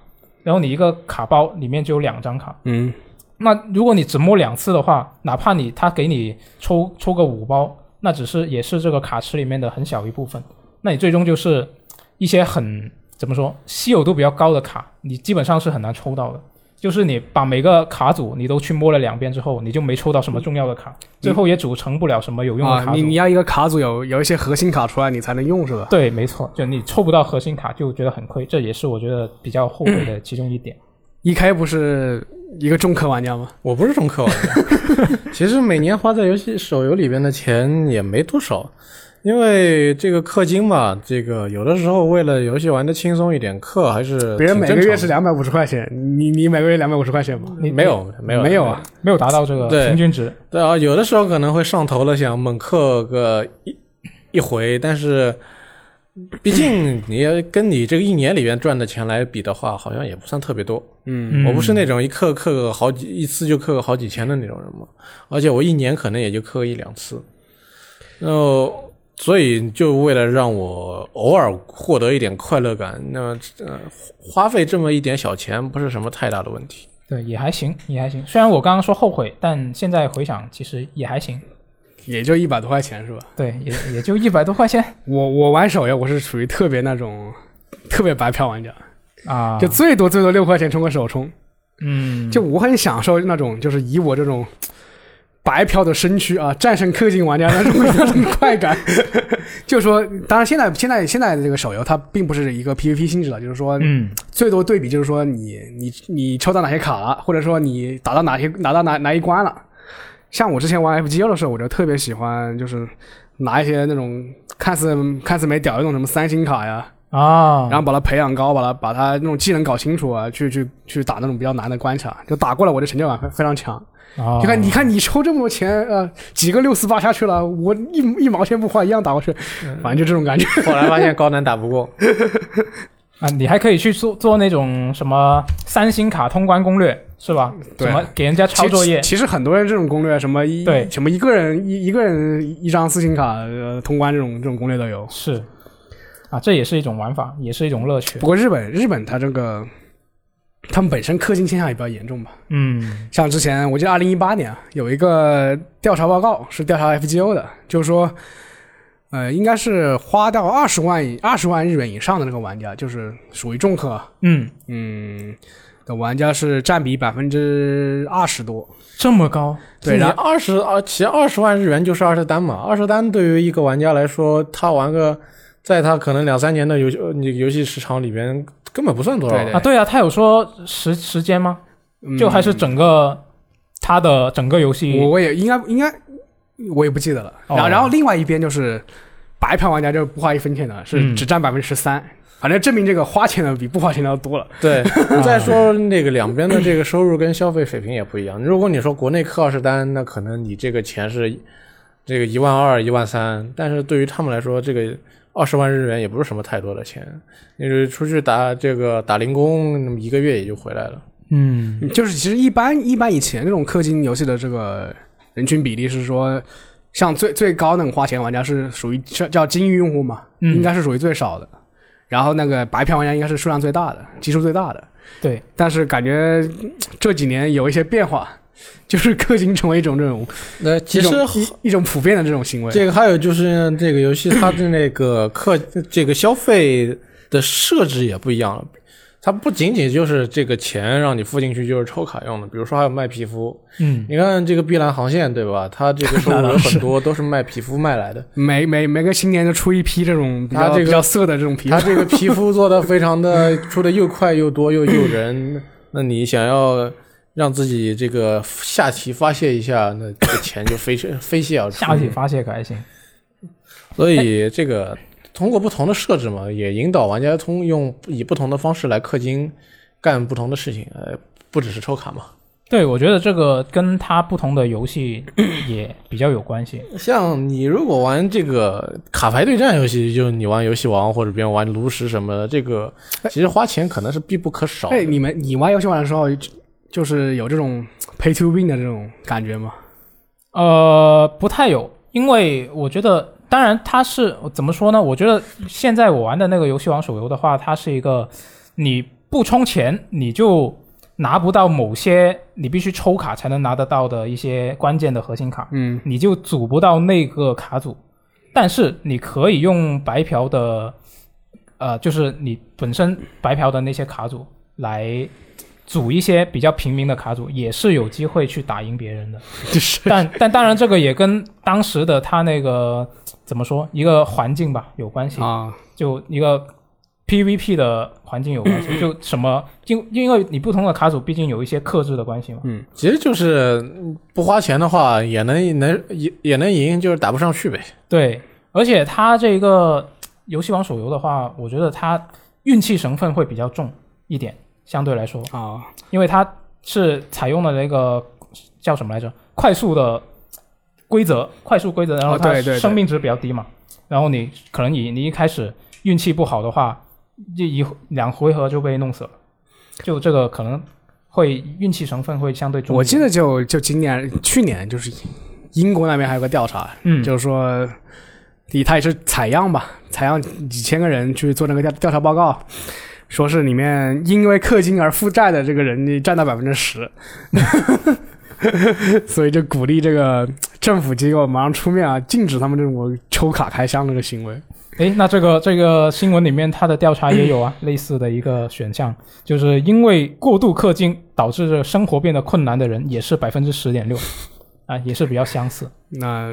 Speaker 1: 然后你一个卡包里面只有两张卡，
Speaker 2: 嗯，
Speaker 1: 那如果你只摸两次的话，哪怕你他给你抽抽个五包，那只是也是这个卡池里面的很小一部分，那你最终就是一些很怎么说稀有度比较高的卡，你基本上是很难抽到的。就是你把每个卡组你都去摸了两遍之后，你就没抽到什么重要的卡，最后也组成不了什么有用的
Speaker 2: 啊
Speaker 1: 卡，
Speaker 2: 你
Speaker 1: 组。
Speaker 2: 你要一个卡组有有一些核心卡出来，你才能用是吧？
Speaker 1: 对，没错，就你抽不到核心卡就觉得很亏，这也是我觉得比较后悔的其中一点。
Speaker 2: E K 不是一个重氪玩家吗？
Speaker 3: 我不是
Speaker 2: [laughs]
Speaker 3: 重氪玩家，其实每年花在游戏手游里边的钱也没多少，因为这个氪金嘛，这个有的时候为了游戏玩的轻松一点，氪还是
Speaker 2: 别人
Speaker 3: 呃挺
Speaker 2: 每
Speaker 3: 正
Speaker 2: 个月
Speaker 3: 常
Speaker 2: 是两百五十块钱，你你每个月两百五十块钱吗？
Speaker 3: 的没有没有
Speaker 2: 没有啊？
Speaker 1: 没有达到这个
Speaker 3: 对
Speaker 1: 平均值。
Speaker 3: 对啊，有的时候可能会上头了，想猛氪个一一回，但是毕竟你要跟你这个一年里面赚的钱来比的话，好像也不算特别多。
Speaker 2: 嗯
Speaker 1: 嗯
Speaker 3: 我不是那种一氪氪个好几一次就氪个好几千的那种人嘛，而且我一年可能也就氪一两次，然后所以就为了让我偶尔获得一点快乐感，那么呃花费这么一点小钱不是什么太大的问题。
Speaker 1: 对，也还行，也还行。虽然我刚刚说后悔，但现在回想，其实也还行。
Speaker 2: 也就一百多块钱是吧？
Speaker 1: 对，也也就一百多块钱
Speaker 2: 我我玩手游，我是属于特别那种特别白嫖玩家，
Speaker 1: 啊。
Speaker 2: [laughs] 就最多最多六块钱充个手充，
Speaker 1: 嗯，
Speaker 2: 就我很享受那种就是以我这种。白嫖的身躯啊，战胜氪金玩家那种 [laughs] 那种快感， [laughs] 就说，当然现在现在现在的这个手游它并不是一个 PVP 性质了，就是说
Speaker 1: 嗯
Speaker 2: 最多对比就是说你你你抽到哪些卡了，或者说你打到哪些拿到哪哪一关了。像我之前玩 FGO 的时候，我就特别喜欢就是拿一些那种看似看似没屌的那种什么三星卡呀，
Speaker 1: 啊，
Speaker 2: 然后把它培养高，把它把它那种技能搞清楚啊，去去去打那种比较难的关卡，就打过来我的成就感非非常强。
Speaker 1: 啊
Speaker 2: 你看你看你抽这么多钱，呃，几个六四八下去了，我一一毛钱不花一样打过去，反正就这种感觉。
Speaker 3: [laughs] 后来发现高难打不过，
Speaker 1: 啊，你还可以去做做那种什么三星卡通关攻略是吧？
Speaker 2: 对
Speaker 1: 什么给人家
Speaker 2: 其
Speaker 1: 抄
Speaker 2: 实
Speaker 1: 作业
Speaker 2: 其实很多人这种攻略，什么一
Speaker 1: 对
Speaker 2: 什么一个人一一个人一张四星卡呃通关这种这种攻略都有。
Speaker 1: 是啊，这也是一种玩法，也是一种乐趣
Speaker 2: 不。过日本日本它这个，他们本身氪金现象也比较严重吧。
Speaker 1: 嗯
Speaker 2: 像之前我记得二零一八年啊有一个调查报告是调查 FGO 的，就是说，呃，应该是花到二十万以二十万日元以上的那个玩家，就是属于重氪，
Speaker 1: 嗯，
Speaker 2: 嗯。的玩家是占比百分之二十多，
Speaker 1: 这么高
Speaker 2: 对，
Speaker 3: 你
Speaker 2: 然后
Speaker 3: 二十二，其实二十万日元就是二十单嘛。二十单对于一个玩家来说，他玩个，在他可能两三年的游戏呃你游戏时长里边，根本不算多少。
Speaker 2: 对对
Speaker 1: 啊？对啊，他有说时时间吗？
Speaker 2: 嗯
Speaker 1: 就还是整个他的整个游戏
Speaker 2: 我我也应该应该，我也不记得了。然后、
Speaker 1: 哦
Speaker 2: 然后另外一边就是白嫖玩家，就是不花一分钱的，是
Speaker 1: 嗯
Speaker 2: 只占百分之十三。反正证明这个花钱的比不花钱的要多了。
Speaker 3: 对再说那个两边的这个收入跟消费水平也不一样。如果你说国内氪二十单，那可能你这个钱是这个一万二、一万三，但是对于他们来说，这个二十万日元也不是什么太多的钱。你出去打这个打零工，那么一个月也就回来了。
Speaker 1: 嗯
Speaker 2: 就是其实一般一般以前这种氪金游戏的这个人群比例是说，像最最高那种花钱玩家是属于叫叫精英用户嘛，
Speaker 1: 嗯
Speaker 2: 应该是属于最少的。然后那个白嫖玩家应该是数量最大的，基数最大的。
Speaker 1: 对
Speaker 2: 但是感觉嗯这几年有一些变化，就是氪金成为一种这种
Speaker 3: 那
Speaker 2: 一
Speaker 3: 其实
Speaker 2: 种一一种普遍的这种行为。
Speaker 3: 这个还有就是这个游戏它的那个氪这个消费的设置也不一样了，它不仅仅就是这个钱让你付进去就是抽卡用的，比如说还有卖皮肤，
Speaker 1: 嗯
Speaker 3: 你看这个碧蓝航线对吧？它这个收入有很多都是卖皮肤卖来的，
Speaker 2: 每每每个新年就出一批这种比较
Speaker 3: 他这个
Speaker 2: 比较色的这种皮
Speaker 3: 它
Speaker 2: 肤，
Speaker 3: 这个皮肤做的非常的出的又快又多又诱人，那你想要。让自己这个下棋发泄一下，那这个钱就飞 [laughs] 飞泻而出。
Speaker 1: 下体发泄可还行。
Speaker 3: 所以这个通过不同的设置嘛，也引导玩家通用以不同的方式来氪金，干不同的事情，呃，不只是抽卡嘛。
Speaker 1: 对，我觉得这个跟他不同的游戏也比较有关系。
Speaker 3: 像你如果玩这个卡牌对战游戏，就你玩游戏王或者别人玩炉石什么的，这个
Speaker 1: 哎
Speaker 3: 其实花钱可能是必不可少的。
Speaker 2: 哎，你们你玩游戏玩的时候，就就是有这种 pay to win 的这种感觉吗？ [laughs]
Speaker 1: 呃，不太有，因为我觉得，当然它是怎么说呢？我觉得现在我玩的那个游戏王手游的话，它是一个你不充钱你就拿不到某些你必须抽卡才能拿得到的一些关键的核心卡，
Speaker 2: 嗯，
Speaker 1: 你就组不到那个卡组。但是你可以用白嫖的，呃，就是你本身白嫖的那些卡组来组一些比较平民的卡组，也是有机会去打赢别人的。
Speaker 2: 就是
Speaker 1: 但但当然，这个也跟当时的他那个怎么说一个环境吧有关系，
Speaker 2: 啊，
Speaker 1: 就一个 PVP 的环境有关系，就什么因因为你不同的卡组毕竟有一些克制的关系嘛。
Speaker 3: 其实就是嗯不花钱的话，也能能也也能赢，就是打不上去呗。
Speaker 1: 对，而且它这个游戏王手游的话，我觉得它运气成分会比较重一点，相对来说，
Speaker 2: 啊，
Speaker 1: 因为它是采用了那个叫什么来着，快速的规则，快速规则，然后
Speaker 2: 哦
Speaker 1: 它
Speaker 2: 对对对
Speaker 1: 生命值比较低嘛，然后你可能你你一开始运气不好的话，一一两回合就被弄死了，就这个可能会运气成分会相对重一点。
Speaker 2: 我记得就就今年去年就是英国那边还有个调查，
Speaker 1: 嗯，
Speaker 2: 就是说，以他也是采样吧，采样几千个人去做那个调调查报告，说是里面因为氪金而负债的这个人占到百分之十， [laughs] 所以就鼓励这个政府机构马上出面啊，禁止他们这种抽卡开箱这个行为。
Speaker 1: 诶，那这个这个新闻里面，它的调查也
Speaker 2: [coughs]
Speaker 1: 有啊，类似的一个选项，就是因为过度氪金导致这生活变得困难的人，也是百分之十点六，啊，也是比较相似
Speaker 2: 那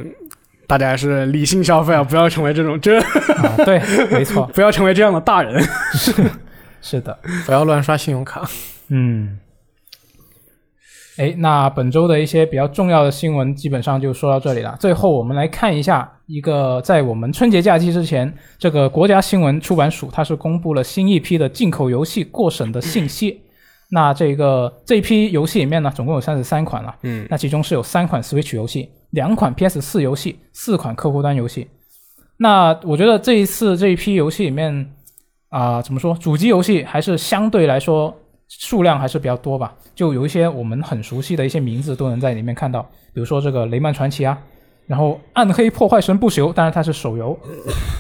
Speaker 2: 大家还是理性消费啊，不要成为这种 [laughs] 这
Speaker 1: 啊。对，没错， [laughs]
Speaker 2: 不要成为这样的大人。
Speaker 1: 是的，
Speaker 3: 不要乱刷信用卡。
Speaker 1: 嗯。诶，那本周的一些比较重要的新闻基本上就说到这里了。最后我们来看一下一个在我们春节假期之前，这个国家新闻出版署它是公布了新一批的进口游戏过审的信息。那这个这一批游戏里面呢，总共有三十三款了。
Speaker 2: 嗯，
Speaker 1: 那其中是有三款 Switch 游戏、两款 PS 4游戏、四款客户端游戏。那我觉得这一次这一批游戏里面，啊、怎么说，主机游戏还是相对来说数量还是比较多吧。就有一些我们很熟悉的一些名字都能在里面看到，比如说这个《雷曼传奇》啊，然后《暗黑破坏神不朽》，当然它是手
Speaker 2: [laughs]
Speaker 1: 游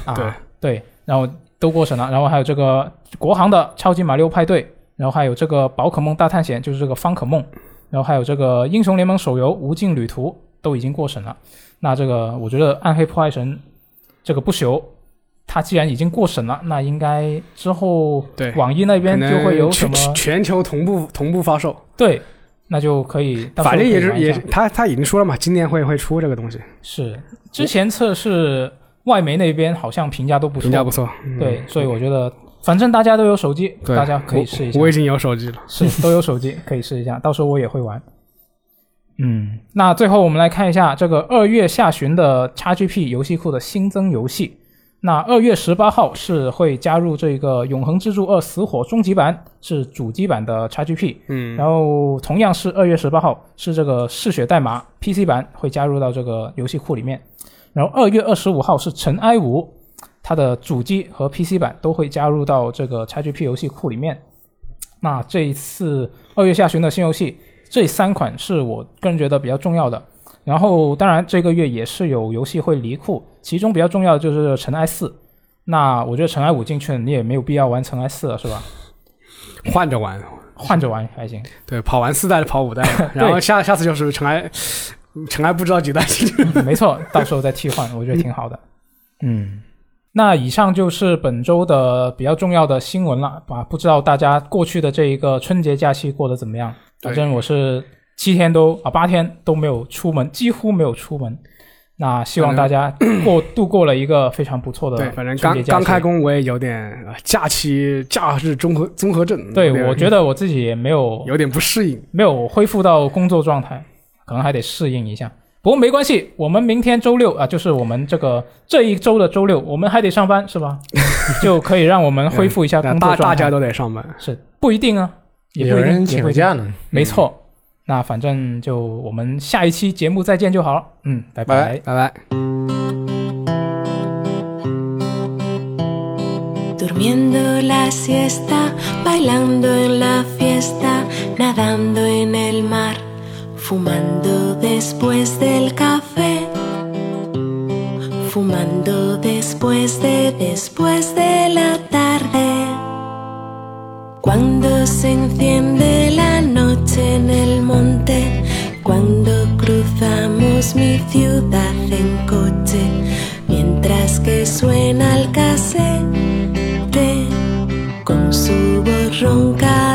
Speaker 1: 啊，
Speaker 2: 对
Speaker 1: 对，然后都过审了，然后还有这个国行的《超级马里奥派对》，然后还有这个《宝可梦大探险》，就是这个方可梦。然后还有这个《英雄联盟手游无尽旅途》都已经过审了。那这个我觉得《暗黑破坏神》这个不朽，它既然已经过审了，那应该之后
Speaker 2: 对
Speaker 1: 网易那
Speaker 2: 可
Speaker 1: 边就
Speaker 2: 能
Speaker 1: 会有什
Speaker 2: 全
Speaker 1: 么
Speaker 2: 全球同步同步发售。
Speaker 1: 对，那就可以到时候
Speaker 2: 反
Speaker 1: 可
Speaker 2: 正
Speaker 1: 以
Speaker 2: 也是
Speaker 1: 玩一
Speaker 2: 也
Speaker 1: 下
Speaker 2: 是他他已经说了嘛，今年会会出这个东西，
Speaker 1: 是之前测试外媒那边好像评价都不错，
Speaker 2: 评价不错。嗯
Speaker 1: 对，所以我觉得反正大家都有手机，
Speaker 2: 对，
Speaker 1: 大家可以试一下
Speaker 2: 我。我已经有手机了，
Speaker 1: 是 [laughs] 都有手机，可以试一下，到时候我也会玩。嗯，那最后我们来看一下这个二月下旬的 XGP 游戏库的新增游戏。那二月十八号是会加入这个《永恒之柱二：死火》终极版，是主机版的 XGP。
Speaker 2: 嗯，
Speaker 1: 然后同样是二月十八号是这个嗜血代码 PC 版会加入到这个游戏库里面，然后二月二十五号是尘埃五，它的主机和 PC 版都会加入到这个 XGP 游戏库里面。那这一次二月下旬的新游戏，这三款是我个人觉得比较重要的。然后当然这个月也是有游戏会离库，其中比较重要的就是尘埃四。那我觉得尘埃五进去了，你也没有必要玩尘埃四了，是吧？
Speaker 2: 换着玩，
Speaker 1: 换着玩还行。
Speaker 2: 对，跑完四代就跑五代
Speaker 1: [laughs]
Speaker 2: 了，
Speaker 1: 对
Speaker 2: 然后下下次就是尘埃，尘埃不知道几代
Speaker 1: [laughs]
Speaker 2: 进去。
Speaker 1: 没错，到时候再替换，我觉得挺好的。嗯，那以上就是本周的比较重要的新闻了啊！不知道大家过去的这一个春节假期过得怎么样？
Speaker 2: 对
Speaker 1: 反正我是七天都啊八天都没有出门，几乎没有出门。那希望大家
Speaker 2: [coughs]
Speaker 1: 过度过了一个非常不错的
Speaker 2: 对，反正
Speaker 1: 春节假
Speaker 2: 刚
Speaker 1: 期
Speaker 2: 刚开。工，我也有点呃假期假日综合综合症。
Speaker 1: 对，
Speaker 2: 有点
Speaker 1: 我觉得我自己也没有
Speaker 2: 有点不适应。
Speaker 1: 没有恢复到工作状态，可能还得适应一下。不过没关系，我们明天周六啊，就是我们这个这一周的周六，我们还得上班是吧？就可以让我们恢复一下工
Speaker 2: 嗯那
Speaker 1: 作
Speaker 2: 大
Speaker 1: 状态。
Speaker 2: 大家都得上班，
Speaker 1: 是不一定啊，也
Speaker 3: 有
Speaker 1: 不一定
Speaker 3: 人
Speaker 1: 也
Speaker 3: 请
Speaker 1: 不一
Speaker 3: 了
Speaker 1: 定
Speaker 3: 假呢，
Speaker 1: 没错。那反正就我们下一期节目再见就好了。嗯，拜
Speaker 3: 拜
Speaker 1: 拜
Speaker 2: 拜拜。
Speaker 4: Durmiendo la siesta, bailando en la fiesta, nadando en el mar, fumando después del café, fumando después de después de la tarde. Cuando se enciende la noche en el monte, cuando cruzamos mi ciudad en coche, mientras que suena el cassette con su voz ronca